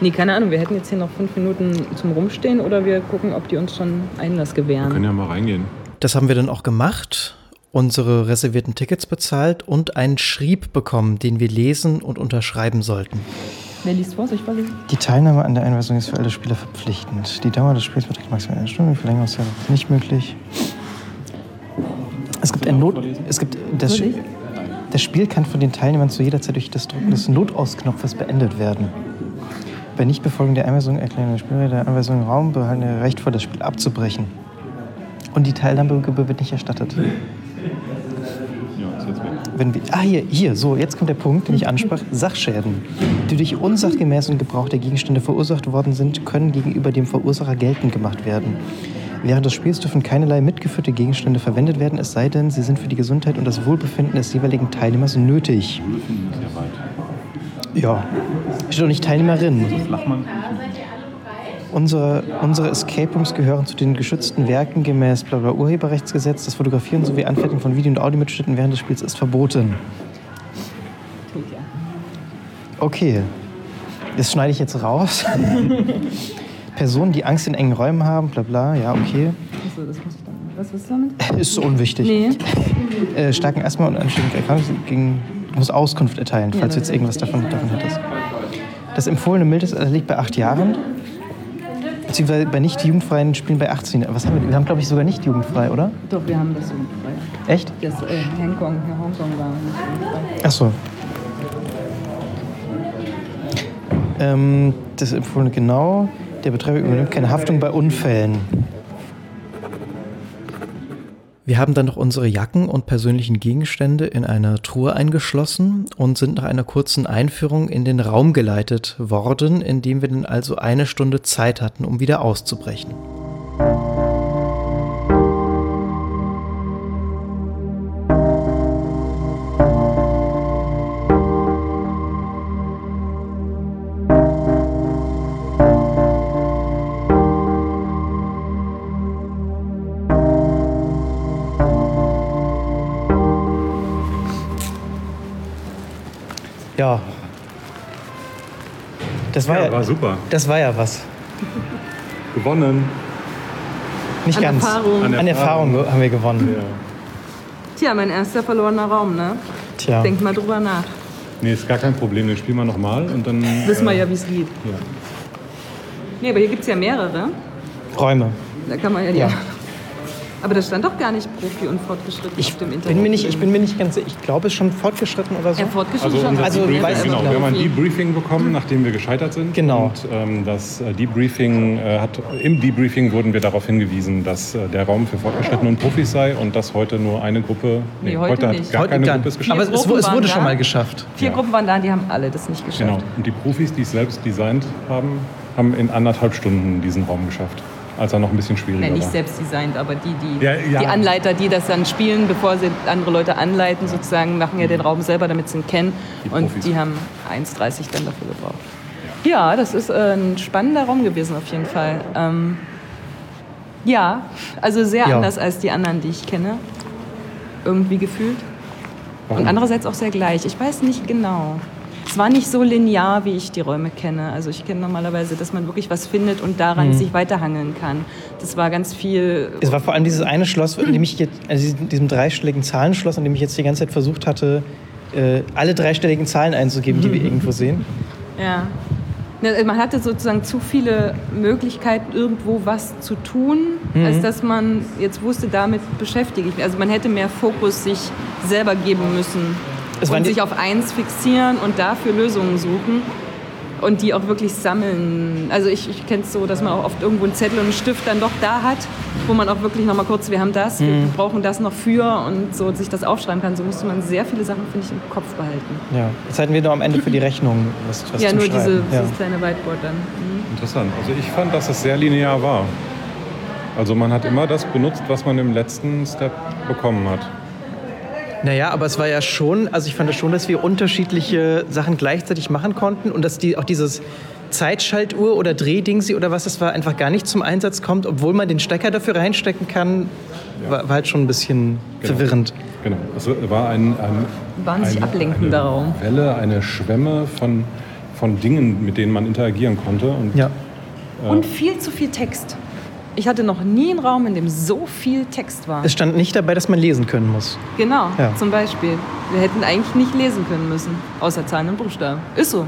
E: Nee, keine Ahnung, wir hätten jetzt hier noch fünf Minuten zum Rumstehen oder wir gucken, ob die uns schon Einlass
B: Wir
E: gewähren.
B: können ja mal reingehen.
A: das haben wir dann auch gemacht, unsere reservierten Tickets bezahlt und einen Schrieb bekommen, den wir lesen und unterschreiben sollten.
E: Wer liest vor? Soll ich vorlesen?
A: Die Teilnahme an der Einweisung ist für alle Spieler verpflichtend. Die Dauer des Spiels beträgt maximal eine Stunde, die Verlängerungszeit ist nicht möglich. Es gibt ein Not. Es gibt das, Sch- das Spiel kann von den Teilnehmern zu jeder Zeit durch das Drücken des Notausknopfes beendet werden. Bei Nichtbefolgung der Einweisung erklären die Spieler der Einweisung im Raum behalten ihr Recht vor, das Spiel abzubrechen. Und die Teilnahmegebühr wird nicht erstattet.
B: Ja, ist jetzt weg.
A: Wenn wir, ah, hier, hier, so, jetzt kommt der Punkt, den ich ansprach. Sachschäden, die durch unsachgemäßen Gebrauch der Gegenstände verursacht worden sind, können gegenüber dem Verursacher geltend gemacht werden. Während des Spiels dürfen keinerlei mitgeführte Gegenstände verwendet werden, es sei denn, sie sind für die Gesundheit und das Wohlbefinden des jeweiligen Teilnehmers nötig.
B: Befinden ist ja weit.
A: Ja, steht doch nicht Teilnehmerin.
B: Flachmann.
A: Unsere, unsere Escape Rooms gehören zu den geschützten Werken gemäß bla bla Urheberrechtsgesetz. Das Fotografieren sowie Anfertigen von Video- und Audiomitschnitten während des Spiels ist verboten. Okay, das schneide ich jetzt raus. (laughs) Personen, die Angst in engen Räumen haben, bla bla, ja, okay.
E: Achso, das muss ich dann. Was ist damit?
A: Ist so unwichtig.
C: Nee.
A: Äh, starken Asthma und ansteigende Erkrankung gegen, du musst Auskunft erteilen, falls du jetzt irgendwas davon, davon hattest. Das empfohlene Mildesalter liegt bei acht Jahren. Beziehungsweise bei nicht jugendfreien Spielen bei 18. Was haben wir? Wir haben, glaube ich, sogar nicht jugendfrei, oder?
E: Doch, wir haben das so.
A: Echt?
E: Das äh, Hongkong, ja, Hongkong war.
A: Ach so. Ähm, das empfohlene genau. Der Betreiber übernimmt keine Haftung bei Unfällen. Wir haben dann noch unsere Jacken und persönlichen Gegenstände in einer Truhe eingeschlossen und sind nach einer kurzen Einführung in den Raum geleitet worden, in dem wir dann also eine Stunde Zeit hatten, um wieder auszubrechen. Ja. Das war
B: Ja,
A: ja,
B: war super.
A: das war ja was.
B: Gewonnen.
A: Nicht
C: An
A: ganz.
C: Erfahrung.
A: An Erfahrung ge- haben wir gewonnen.
C: Tja, mein erster verlorener Raum, ne?
A: Tja.
C: Denk mal drüber nach.
B: Nee, ist gar kein Problem. Den spielen wir nochmal und dann. äh,
C: Wissen wir ja, wie es geht.
B: Ja.
C: Nee, aber hier gibt es ja mehrere.
A: Räume.
C: Da kann man ja die
A: Ja.
C: Aber da stand doch gar nicht Profi und fortgeschritten
A: Ich
C: auf dem Internet.
A: bin mir nicht, ich bin mir nicht ganz sicher. Ich glaube, es ist schon fortgeschritten oder so.
C: ja, fortgeschritten
B: Also,
C: schon.
B: unser
A: Also,
B: Debriefing,
A: weiß ich
B: genau.
A: nicht.
B: Wir haben ein Debriefing bekommen, nachdem wir gescheitert sind.
A: Genau.
B: Und ähm, das äh, Debriefing äh, hat, im Debriefing wurden wir darauf hingewiesen, dass äh, der Raum für Fortgeschrittene und Profis sei und dass heute nur eine Gruppe,
C: Nee, heute
B: hat
C: nicht.
B: gar
A: Heute
B: keine
A: gar
B: Gruppe es
A: nicht.
B: geschafft.
A: Aber
C: Wir
A: es, es,
C: Gruppen
A: es
C: waren
A: wurde schon
C: da.
A: mal geschafft.
C: Vier
B: Ja.
C: Gruppen waren da und die haben alle das nicht geschafft.
B: Genau. Und die Profis, die es selbst designt haben, haben in anderthalb Stunden diesen Raum geschafft, als er noch ein bisschen schwieriger
C: Ja, nicht
B: war.
C: selbst designt, aber die, die,
B: Ja, ja.
C: die Anleiter, die das dann spielen, bevor sie andere Leute anleiten, sozusagen, machen ja den Raum selber, damit sie ihn kennen.
B: Die
C: und
B: Profis.
C: die haben 1,30 dann dafür gebraucht. Ja, das ist äh, ein spannender Raum gewesen auf jeden Fall. Ähm, ja, also sehr
A: Ja.
C: anders als die anderen, die ich kenne. Irgendwie gefühlt. Und andererseits auch sehr gleich. Ich weiß nicht genau. Es war nicht so linear, wie ich die Räume kenne. Also ich kenne normalerweise, dass man wirklich was findet und daran sich weiterhangeln kann. Das war ganz viel.
A: Es war vor allem dieses eine Schloss, in dem ich jetzt, also in diesem dreistelligen Zahlenschloss, in dem ich jetzt die ganze Zeit versucht hatte, äh, alle dreistelligen Zahlen einzugeben, die wir irgendwo sehen.
C: Ja. Ne, Man hatte sozusagen zu viele Möglichkeiten, irgendwo was zu tun, als dass man jetzt wusste, damit beschäftige ich mich. Also man hätte mehr Fokus sich selber geben müssen
A: Es waren
C: und
A: die-
C: sich auf eins fixieren und dafür Lösungen suchen. und die auch wirklich sammeln. Also ich, ich kenne es so, dass man auch oft irgendwo einen Zettel und einen Stift dann doch da hat, wo man auch wirklich nochmal kurz, wir haben das, wir brauchen das noch für und so sich das aufschreiben kann. So musste man sehr viele Sachen, finde ich, im Kopf behalten.
D: Ja. Jetzt hatten wir nur am Ende für die Rechnung was, was
C: ja,
D: zum
C: nur diese,
D: Schreiben.
C: dieses kleine Whiteboard dann.
B: Interessant. Also ich fand, dass es sehr linear war. Also man hat immer das benutzt, was man im letzten Step bekommen hat.
D: Naja, aber es war ja schon, also ich fand es schon, dass wir unterschiedliche Sachen gleichzeitig machen konnten und dass die, auch dieses Zeitschaltuhr oder Drehdingsi oder was das war, einfach gar nicht zum Einsatz kommt, obwohl man den Stecker dafür reinstecken kann, war, war halt schon ein bisschen verwirrend.
B: Genau. Es war ein, ein
C: Wahnsinnig
B: eine
C: ablenkender Raum.
B: Welle, eine Schwemme von, von Dingen, mit denen man interagieren konnte. Und
D: Ja.
C: Und viel zu viel Text. Ich hatte noch nie einen Raum, in dem so viel Text war.
D: Es stand nicht dabei, dass man lesen können muss.
C: Genau,
D: Ja.
C: zum Beispiel. Wir hätten eigentlich nicht lesen können müssen, außer Zahlen und Buchstaben. Ist so.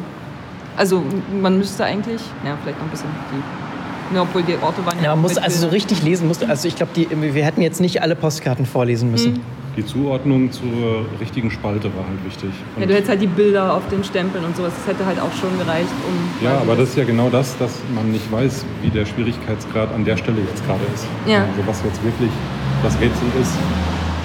C: Also man müsste eigentlich, ja, vielleicht noch ein bisschen die. Ja, obwohl die Orte waren
D: Ja, man muss also so
C: richtig.
D: richtig lesen musste. Also ich glaube, die- wir hätten jetzt nicht alle Postkarten vorlesen müssen.
B: die Zuordnung zur richtigen Spalte war halt wichtig. Und
C: Ja, du hättest halt die Bilder auf den Stempeln und sowas. Das hätte halt auch schon gereicht, um.
B: ja, aber das ist ja genau das, dass man nicht weiß, wie der Schwierigkeitsgrad an der Stelle jetzt gerade ist.
C: Ja.
B: Also was jetzt wirklich das Rätsel ist.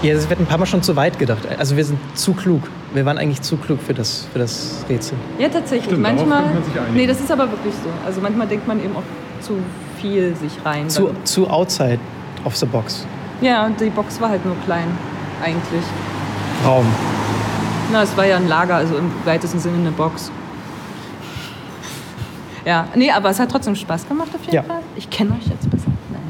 D: Ja, das wird ein paar Mal schon zu weit gedacht. Also wir sind zu klug. Wir waren eigentlich zu klug für das, für das Rätsel.
C: Ja, tatsächlich.
B: Stimmt, darauf
C: manchmal.
B: könnte man sich einigen.
C: nee, das ist aber wirklich so. Also manchmal denkt man eben auch zu viel sich rein.
D: Zu, zu outside of the box.
C: ja, und die Box war halt nur klein, eigentlich.
D: Raum.
C: Na, es war ja ein Lager, also im weitesten Sinne eine Box. Ja, nee, aber es hat trotzdem Spaß gemacht auf jeden
D: Ja.
C: Fall. Ich kenne euch jetzt besser. Nein.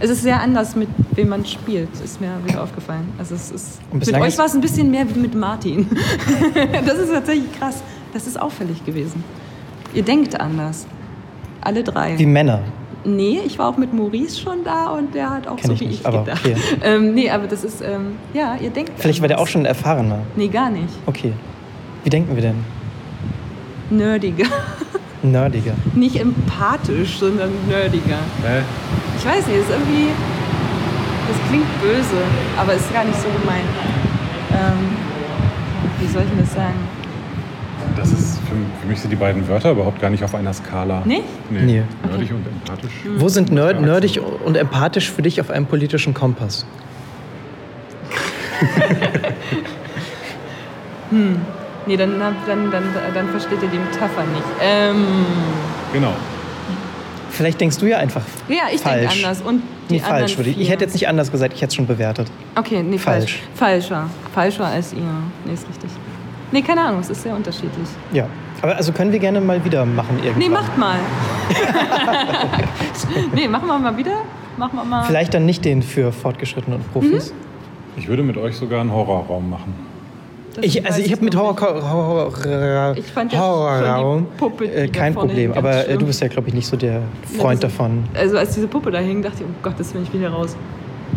C: Es ist sehr anders, mit wem man spielt, ist mir wieder aufgefallen. Also es ist,
D: Und
C: mit
D: bislang
C: euch
D: ist-
C: war es ein bisschen mehr wie mit Martin. (laughs) das ist tatsächlich krass. Das ist auffällig gewesen. Ihr denkt anders. Alle drei.
D: Wie Männer.
C: Nee, ich war auch mit Maurice schon da und der hat auch
D: Kenn
C: so
D: ich
C: wie
D: nicht,
C: ich
D: aber
C: gedacht.
D: okay.
C: Ähm, nee, aber das ist, ähm, ja, ihr denkt
D: Vielleicht war der auch
C: anders.
D: schon ein Erfahrener.
C: Nee, gar nicht.
D: Okay. Wie denken wir denn?
C: Nerdiger.
D: Nerdiger.
C: nicht empathisch, sondern nerdiger. Ich weiß nicht, ist irgendwie. Das klingt böse, aber ist gar nicht so gemeint. Ähm, wie soll ich denn das sagen?
B: Das ist für, für mich sind die beiden Wörter überhaupt gar nicht auf einer Skala.
C: Nicht?
B: Nee.
D: Nee.
B: Nerdig und empathisch.
D: Wo sind Nerd, nerdig und empathisch für dich auf einem politischen Kompass?
C: Nee, dann, hab- dann, dann, dann versteht ihr die Metapher nicht. Ähm,
B: Genau.
D: Vielleicht denkst du ja einfach.
C: ja, ich denke
D: Falsch.
C: anders. Und die
D: Nee,
C: anderen
D: falsch. Würde ich. ich
C: vier.
D: hätte jetzt nicht anders gesagt, ich hätte es schon bewertet.
C: Okay, nee, falsch.
D: Falsch.
C: Falscher. Falscher als ihr. Nee, ist richtig. Nee, keine Ahnung, es ist sehr unterschiedlich.
D: Ja. Aber also können wir gerne mal wieder machen irgendwann.
C: Nee, macht
D: (laughs)
C: mal. (laughs) nee, machen wir mal wieder. Machen wir mal.
D: Vielleicht dann nicht den für Fortgeschrittene und Profis.
C: Mhm.
B: Ich würde mit euch sogar einen Horrorraum machen.
C: Das
D: Ich, also
C: weiß
D: ich habe mit
C: noch
D: Horror,
C: nicht.
D: Horror,
C: Ich fand ja schon
D: Horrorraum
C: die Puppe, die
D: äh,
C: da
D: kein
C: vorne hing,
D: Problem.
C: ganz
D: Aber äh,
C: schlimm.
D: du bist ja, glaube ich, nicht so der Freund
C: Ja, das-
D: davon. Ne,
C: Also als diese Puppe da hing, dachte ich, um Gottes Willen, ich will hier raus.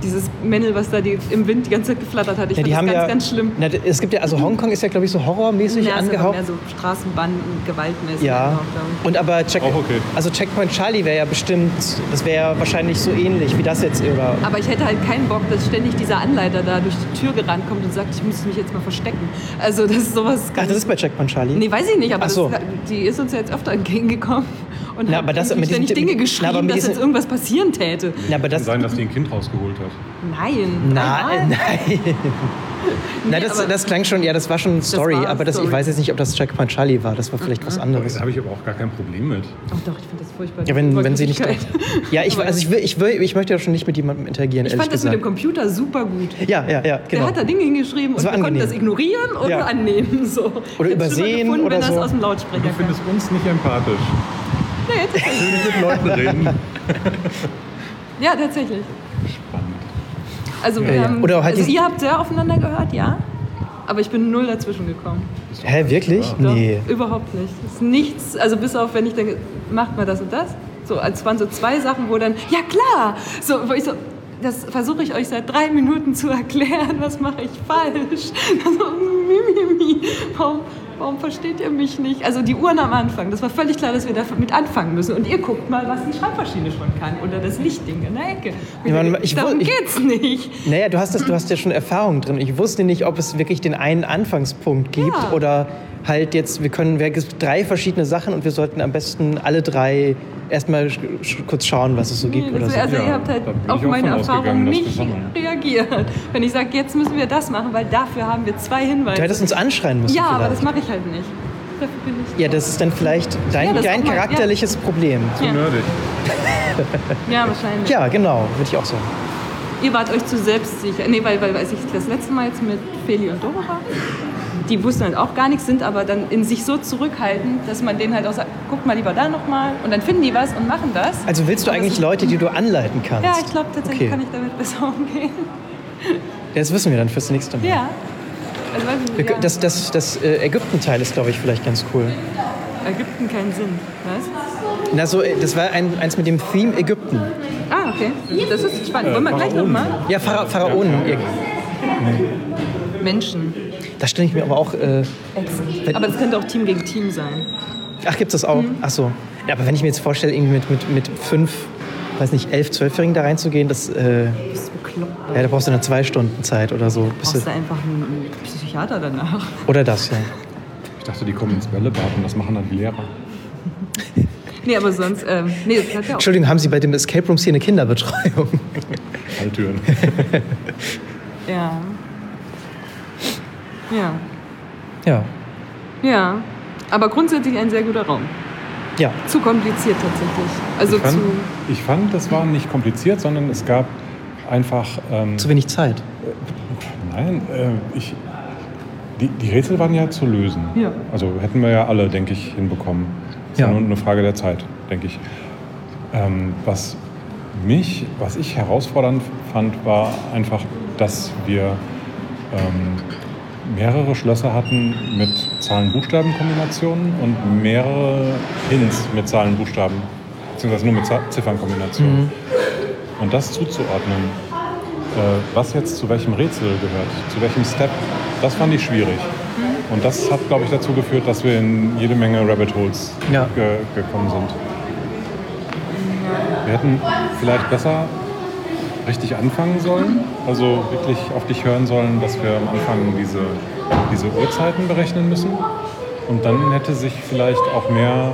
C: Dieses Männel, was da die, im Wind die ganze Zeit geflattert hat, ich
D: Ja,
C: fand
D: die
C: das
D: haben
C: ganz,
D: ja,
C: ganz schlimm. Mhm.
D: Na, es gibt ja, also Hongkong ist ja, glaube ich, so horrormäßig
C: Ja, es war
D: angehaucht.
C: mehr so Straßenbanden, gewaltmäßig.
D: Ja,
C: auch, glaub ich.
D: und aber Check
B: Auch okay.
D: also Checkpoint Charlie wäre ja bestimmt, das wäre ja wahrscheinlich so ähnlich wie das jetzt oder
C: Aber ich hätte halt keinen Bock, dass ständig dieser Anleiter da durch die Tür gerannt kommt und sagt, ich muss mich jetzt mal verstecken. Also das ist sowas...
D: Ach, das ist bei Checkpoint Charlie.
C: nee, weiß ich nicht, aber
D: Ach so.
C: das, die ist uns ja jetzt öfter entgegengekommen und
D: Na,
C: hat
D: aber das-
C: irgendwie
D: mit diesem-
C: ständig Dinge
D: mit- na,
C: geschrieben,
D: aber mit
C: dass
D: diesem-
C: jetzt irgendwas passieren täte.
D: Na, aber
B: Kann
D: das
B: sein, dass die ein Kind rausgeholt hat.
C: Nein,
D: na,
C: nein.
D: Ah, äh, nein.
C: (laughs)
D: Na, das,
C: aber-
D: das klang schon, ja, das war schon eine Story,
C: war
D: aber das, ich
C: Story. Mhm.
D: weiß jetzt nicht, ob das Checkpoint Charlie war, das war vielleicht was
C: (laughs)
D: anderes.
B: Da habe ich aber auch gar kein Problem mit.
C: Oh, doch, ich finde das furchtbar.
D: Ja, wenn, wenn sie
C: (laughs)
D: nicht.
C: Übergriffigkeit.
D: Ja, ich, also ich, will, ich, will, ich möchte ja schon nicht mit jemandem interagieren,
C: Ich
D: ehrlich
C: fand das mit
D: gesagt.
C: dem Computer super gut.
D: ja, ja, ja,
C: Der
D: genau.
C: hat da Dinge hingeschrieben und
D: war
C: wir konnten
D: angenehm.
C: das ignorieren oder
D: Ja.
C: annehmen. So. Oder
D: übersehen
C: gefunden,
D: oder
C: wenn
D: so.
C: das aus dem Lautsprecher
B: Du
C: kam.
B: findest uns nicht empathisch. Nee, ich will nicht mit Leuten reden.
C: Ja, tatsächlich.
B: Spannend.
C: Also, wir
D: ja.
C: Haben,
D: Oder halt
C: also
D: dies-
C: ihr habt sehr aufeinander gehört, ja. Aber ich bin null dazwischen gekommen.
D: Hä, wirklich?
C: Doch,
D: Nee.
C: Überhaupt nicht. Das ist nichts, also bis auf, wenn ich denke, macht mal das und das. So, als waren so zwei Sachen, wo dann, ja klar, so, wo ich so, das versuche ich euch seit drei Minuten zu erklären, was mache ich falsch. (laughs) Also, mi, mi, mi. Warum, warum versteht ihr mich nicht? Also die Uhren am Anfang, das war völlig klar, dass wir damit anfangen müssen. Und ihr guckt mal, was die Schreibmaschine schon kann oder das Lichtding in der Ecke. Und
D: Ja, man-
C: denke,
D: ich woll-
C: darum
D: ich-
C: geht's nicht.
D: Naja,
C: (laughs)
D: du hast, das, du hast ja schon Erfahrung drin. Ich wusste nicht, ob es wirklich den einen Anfangspunkt gibt
C: Ja.
D: oder halt jetzt, wir können, wir gibt drei verschiedene Sachen und wir sollten am besten alle drei erstmal sch- sch- kurz schauen, was es so gibt oder
C: Also,
D: so.
C: also
B: Ja,
C: ihr habt halt
B: da bin ich
C: auf
B: auch
C: meine
B: von
C: Erfahrung
B: ausgegangen, dass
C: nicht
B: wir Sachen-
C: reagiert. Wenn ich sage, jetzt müssen wir das machen, weil dafür haben wir zwei
D: Du
C: Hinweise.
D: hättest uns anschreien müssen
C: Ja, aber das
D: vielleicht.
C: mache ich halt nicht. Dafür bin ich.
D: Ja, das ist dann vielleicht dein,
C: Ja, das
D: dein
C: auch mal, ja.
D: charakterliches Problem.
C: Ja.
B: Nerdig.
C: Ja, wahrscheinlich.
D: Ja, genau, würde ich auch sagen.
C: Ihr wart euch zu selbstsicher. Nee, weil, weil als ich das letzte Mal jetzt mit Feli und Doro war, die wussten halt auch gar nichts, sind aber dann in sich so zurückhaltend, dass man denen halt auch sagt, guck mal lieber da nochmal und dann finden die was und machen das.
D: Also willst du
C: Aber
D: eigentlich
C: so-
D: Leute, die du anleiten kannst?
C: Ja, ich glaube tatsächlich
D: Okay.
C: kann ich damit besser umgehen.
D: Das wissen wir dann fürs nächste Mal.
C: Ja. Also, weiß ich
D: Wir
C: nicht,
D: kö-
C: ja.
D: Das, das, das äh, Ägypten-Teil ist, glaube ich, vielleicht ganz cool.
C: Ägypten keinen Sinn. Was?
D: Na, so, äh, das war ein, eins mit dem Theme Ägypten.
C: Ah, okay. Das ist spannend. Wollen wir gleich
B: Pharaonen.
C: nochmal?
D: Ja, Phara Pharaonen.
C: Menschen.
D: Das stelle ich mir aber auch. Äh,
C: Aber das könnte auch Team gegen Team sein.
D: ach, gibt's das auch?
C: Mhm.
D: Ach so. Ja, aber wenn ich mir jetzt vorstelle, irgendwie mit, mit, mit fünf, weiß nicht, elf, zwölfjährigen da reinzugehen, das. Äh,
C: Das ist bekloppt.
A: Äh,
D: ja, da brauchst du dann zwei Stunden Zeit oder so. Bis
C: Brauchst
D: du,
C: du einfach einen Psychiater danach. (laughs)
D: oder das, ja.
B: Ich dachte, die kommen ins Bällebad und das machen dann die Lehrer.
C: Nee, aber sonst, ähm, nee, das hat ja auch
D: Entschuldigung, haben Sie bei dem Escape Rooms hier
A: (laughs)
D: eine Kinderbetreuung?
B: Falltüren.
C: Ja. Ja.
D: ja.
C: Ja. Aber grundsätzlich ein sehr guter Raum.
D: Ja.
C: Zu kompliziert tatsächlich. Also
B: Ich fand,
C: zu.
B: ich fand, das war nicht kompliziert, sondern es gab einfach. Ähm,
D: Zu wenig Zeit.
B: nein, äh, ich, die, die Rätsel waren ja zu lösen.
C: Ja.
B: Also hätten wir ja alle, denke ich, hinbekommen. Ist
D: Ja.
B: ja. nur eine Frage der Zeit, denke ich. Ähm, was mich, was ich herausfordernd fand, war einfach, dass wir ähm, mehrere Schlösser hatten mit Zahlen-Buchstaben-Kombinationen und mehrere Hints mit Zahlen-Buchstaben, beziehungsweise nur mit Za- Ziffern-Kombinationen. Und das zuzuordnen, äh, was jetzt zu welchem Rätsel gehört, zu welchem Step, das fand ich schwierig. Und das hat, glaube ich, dazu geführt, dass wir in jede Menge Rabbit Holes
D: Ja.
B: ge gekommen sind. Wir hätten vielleicht besser richtig anfangen sollen, also wirklich auf dich hören sollen, dass wir am Anfang diese, diese Uhrzeiten berechnen müssen. Und dann hätte sich vielleicht auch mehr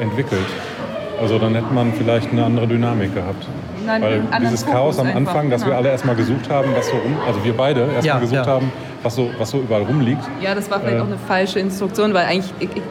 B: entwickelt. Also dann hätte man vielleicht eine andere Dynamik gehabt.
C: Nein, einen
B: Weil
C: anderen
B: dieses
C: Fokus
B: Chaos am
C: einfach,
B: Anfang, dass wir
C: genau.
B: alle erstmal gesucht haben, was so rum, also wir beide erstmal
D: Ja,
B: gesucht
D: ja.
B: haben, was so, was so überall rumliegt.
C: Ja, das war vielleicht
B: Äh.
C: auch eine falsche Instruktion, weil eigentlich ich, ich,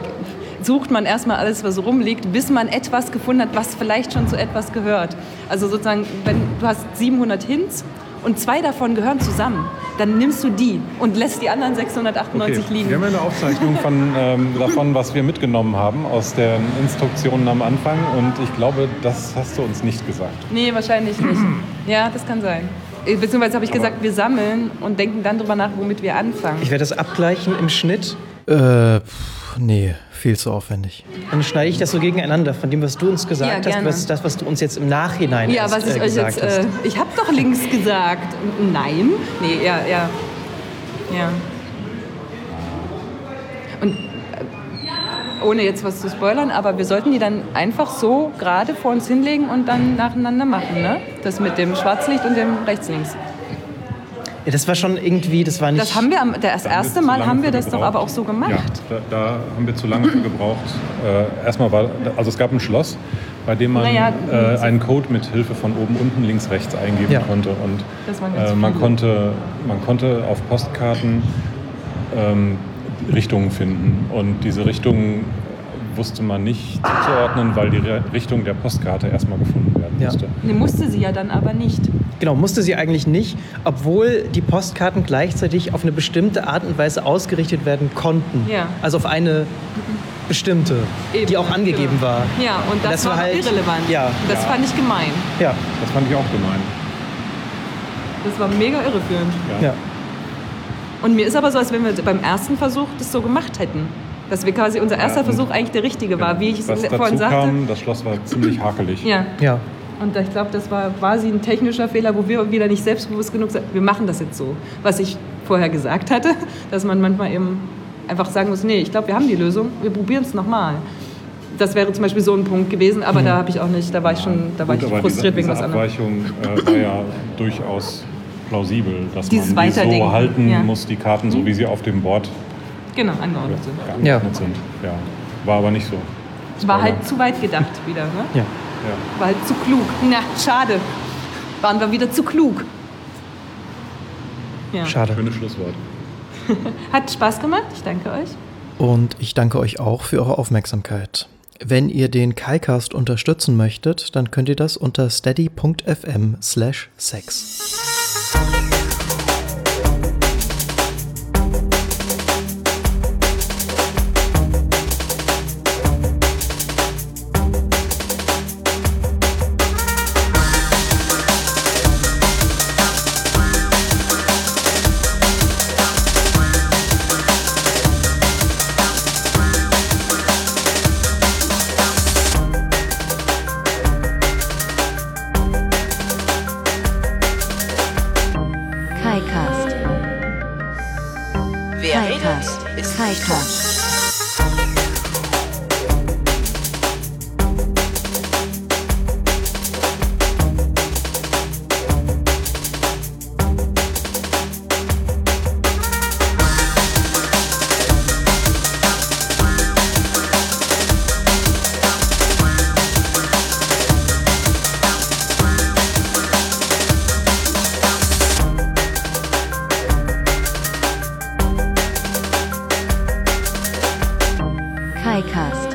C: sucht man erstmal alles, was rumliegt, bis man etwas gefunden hat, was vielleicht schon zu etwas gehört. Also sozusagen, wenn du hast 700 Hints und zwei davon gehören zusammen, dann nimmst du die und lässt die anderen 698 liegen.
B: Wir haben ja eine Aufzeichnung von, ähm, davon, was wir mitgenommen haben aus den Instruktionen am Anfang. Und ich glaube, das hast du uns nicht gesagt.
C: Nee, wahrscheinlich
B: (clears throat)
C: nicht. ja, das kann sein. Äh, Beziehungsweise habe ich gesagt, wir sammeln und denken dann drüber nach, womit wir anfangen.
D: Ich werde das abgleichen im Schnitt.
A: Äh, pff, nee, viel zu aufwendig.
D: Dann schneide ich das so gegeneinander von dem, was du uns
C: Ja,
D: gesagt hast,
C: gerne.
D: was, das, was du uns jetzt im Nachhinein
C: ja,
D: erst,
C: was ich
D: äh,
C: euch
D: gesagt
C: jetzt.
D: hast.
C: Äh, ich habe doch links gesagt. Nein. Nee, ja, ja. Ja. Und äh, ohne jetzt was zu spoilern, aber wir sollten die dann einfach so gerade vor uns hinlegen und dann nacheinander machen, ne? Das mit dem Schwarzlicht und dem rechts-links.
D: Ja, das war schon irgendwie, das war nicht.
C: Das haben wir am, das
B: Da haben
C: erste
B: zu
C: Mal
B: lange
C: haben wir
B: für
C: das doch
B: gebraucht.
C: aber auch so gemacht.
B: Ja, da, da haben wir zu lange für gebraucht. Äh, erstmal war, also es gab ein Schloss, bei dem man
C: Naja,
B: äh, einen Code mit Hilfe von oben, unten, links, rechts eingeben
D: Ja.
B: konnte. Und
C: Das waren ganz
B: äh, man,
C: viele.
B: konnte, man konnte auf Postkarten ähm, Richtungen finden. Und diese Richtungen wusste man nicht zuordnen, weil die Re- Richtung der Postkarte erstmal gefunden werden
D: Ja.
B: musste.
C: Nee, musste sie ja dann aber nicht.
D: Genau, musste sie eigentlich nicht, obwohl die Postkarten gleichzeitig auf eine bestimmte Art und Weise ausgerichtet werden konnten.
C: Ja.
D: Also auf eine bestimmte, die
C: Eben,
D: auch angegeben
C: genau.
D: war.
C: Ja, und das,
D: Das
C: war
D: war halt-
C: irrelevant.
D: ja.
C: Das fand ich gemein.
D: Ja,
B: Das fand ich auch gemein.
C: Das war mega irreführend.
D: ja.
C: Und mir ist aber so, als wenn wir beim ersten Versuch das so gemacht hätten. Dass wir quasi unser erster
B: und-
C: Versuch eigentlich der richtige war, wie ich es
B: Was
C: vorhin
B: dazu
C: sagte.
B: kam, das Schloss war ziemlich hakelig.
C: Ja,
D: Ja.
C: und ich glaube, das war quasi ein technischer Fehler, wo wir wieder nicht selbstbewusst genug sind. Wir machen das jetzt so. Was ich vorher gesagt hatte, (laughs) dass man manchmal eben einfach sagen muss, nee, ich glaube, wir haben die Lösung, wir probieren es nochmal. Das wäre zum Beispiel so ein Punkt gewesen, aber da habe ich auch nicht, da war ich schon, da war
B: Mhm. Gut,
C: ich
B: aber
C: frustriert wegen
B: diese,
C: was
B: diese
C: anderem.
B: Abweichung äh, war
C: (laughs)
B: ja durchaus plausibel, dass
C: Dieses
B: man die so
C: Weiterdenken,
B: halten
C: ja. Mhm.
B: muss, die Karten, so wie sie auf dem Board
C: Genau, angeordnet sind.
B: geeignet
A: Ja.
B: sind. Ja. War aber nicht so.
C: War halt zu weit gedacht wieder, ne?
A: Ja.
C: War halt zu klug. Na, schade. Waren wir wieder zu klug. Ja.
A: Schade.
B: Schönes Schlusswort.
C: Hat Spaß gemacht, ich danke euch.
A: Und ich danke euch auch für eure Aufmerksamkeit. Wenn ihr den KaiCast unterstützen möchtet, dann könnt ihr das unter steady.fm slash sex.
F: KaiCast.
G: Wer
F: KaiCast.
G: redet, ist nicht tot.
F: KaiCast. KaiCast.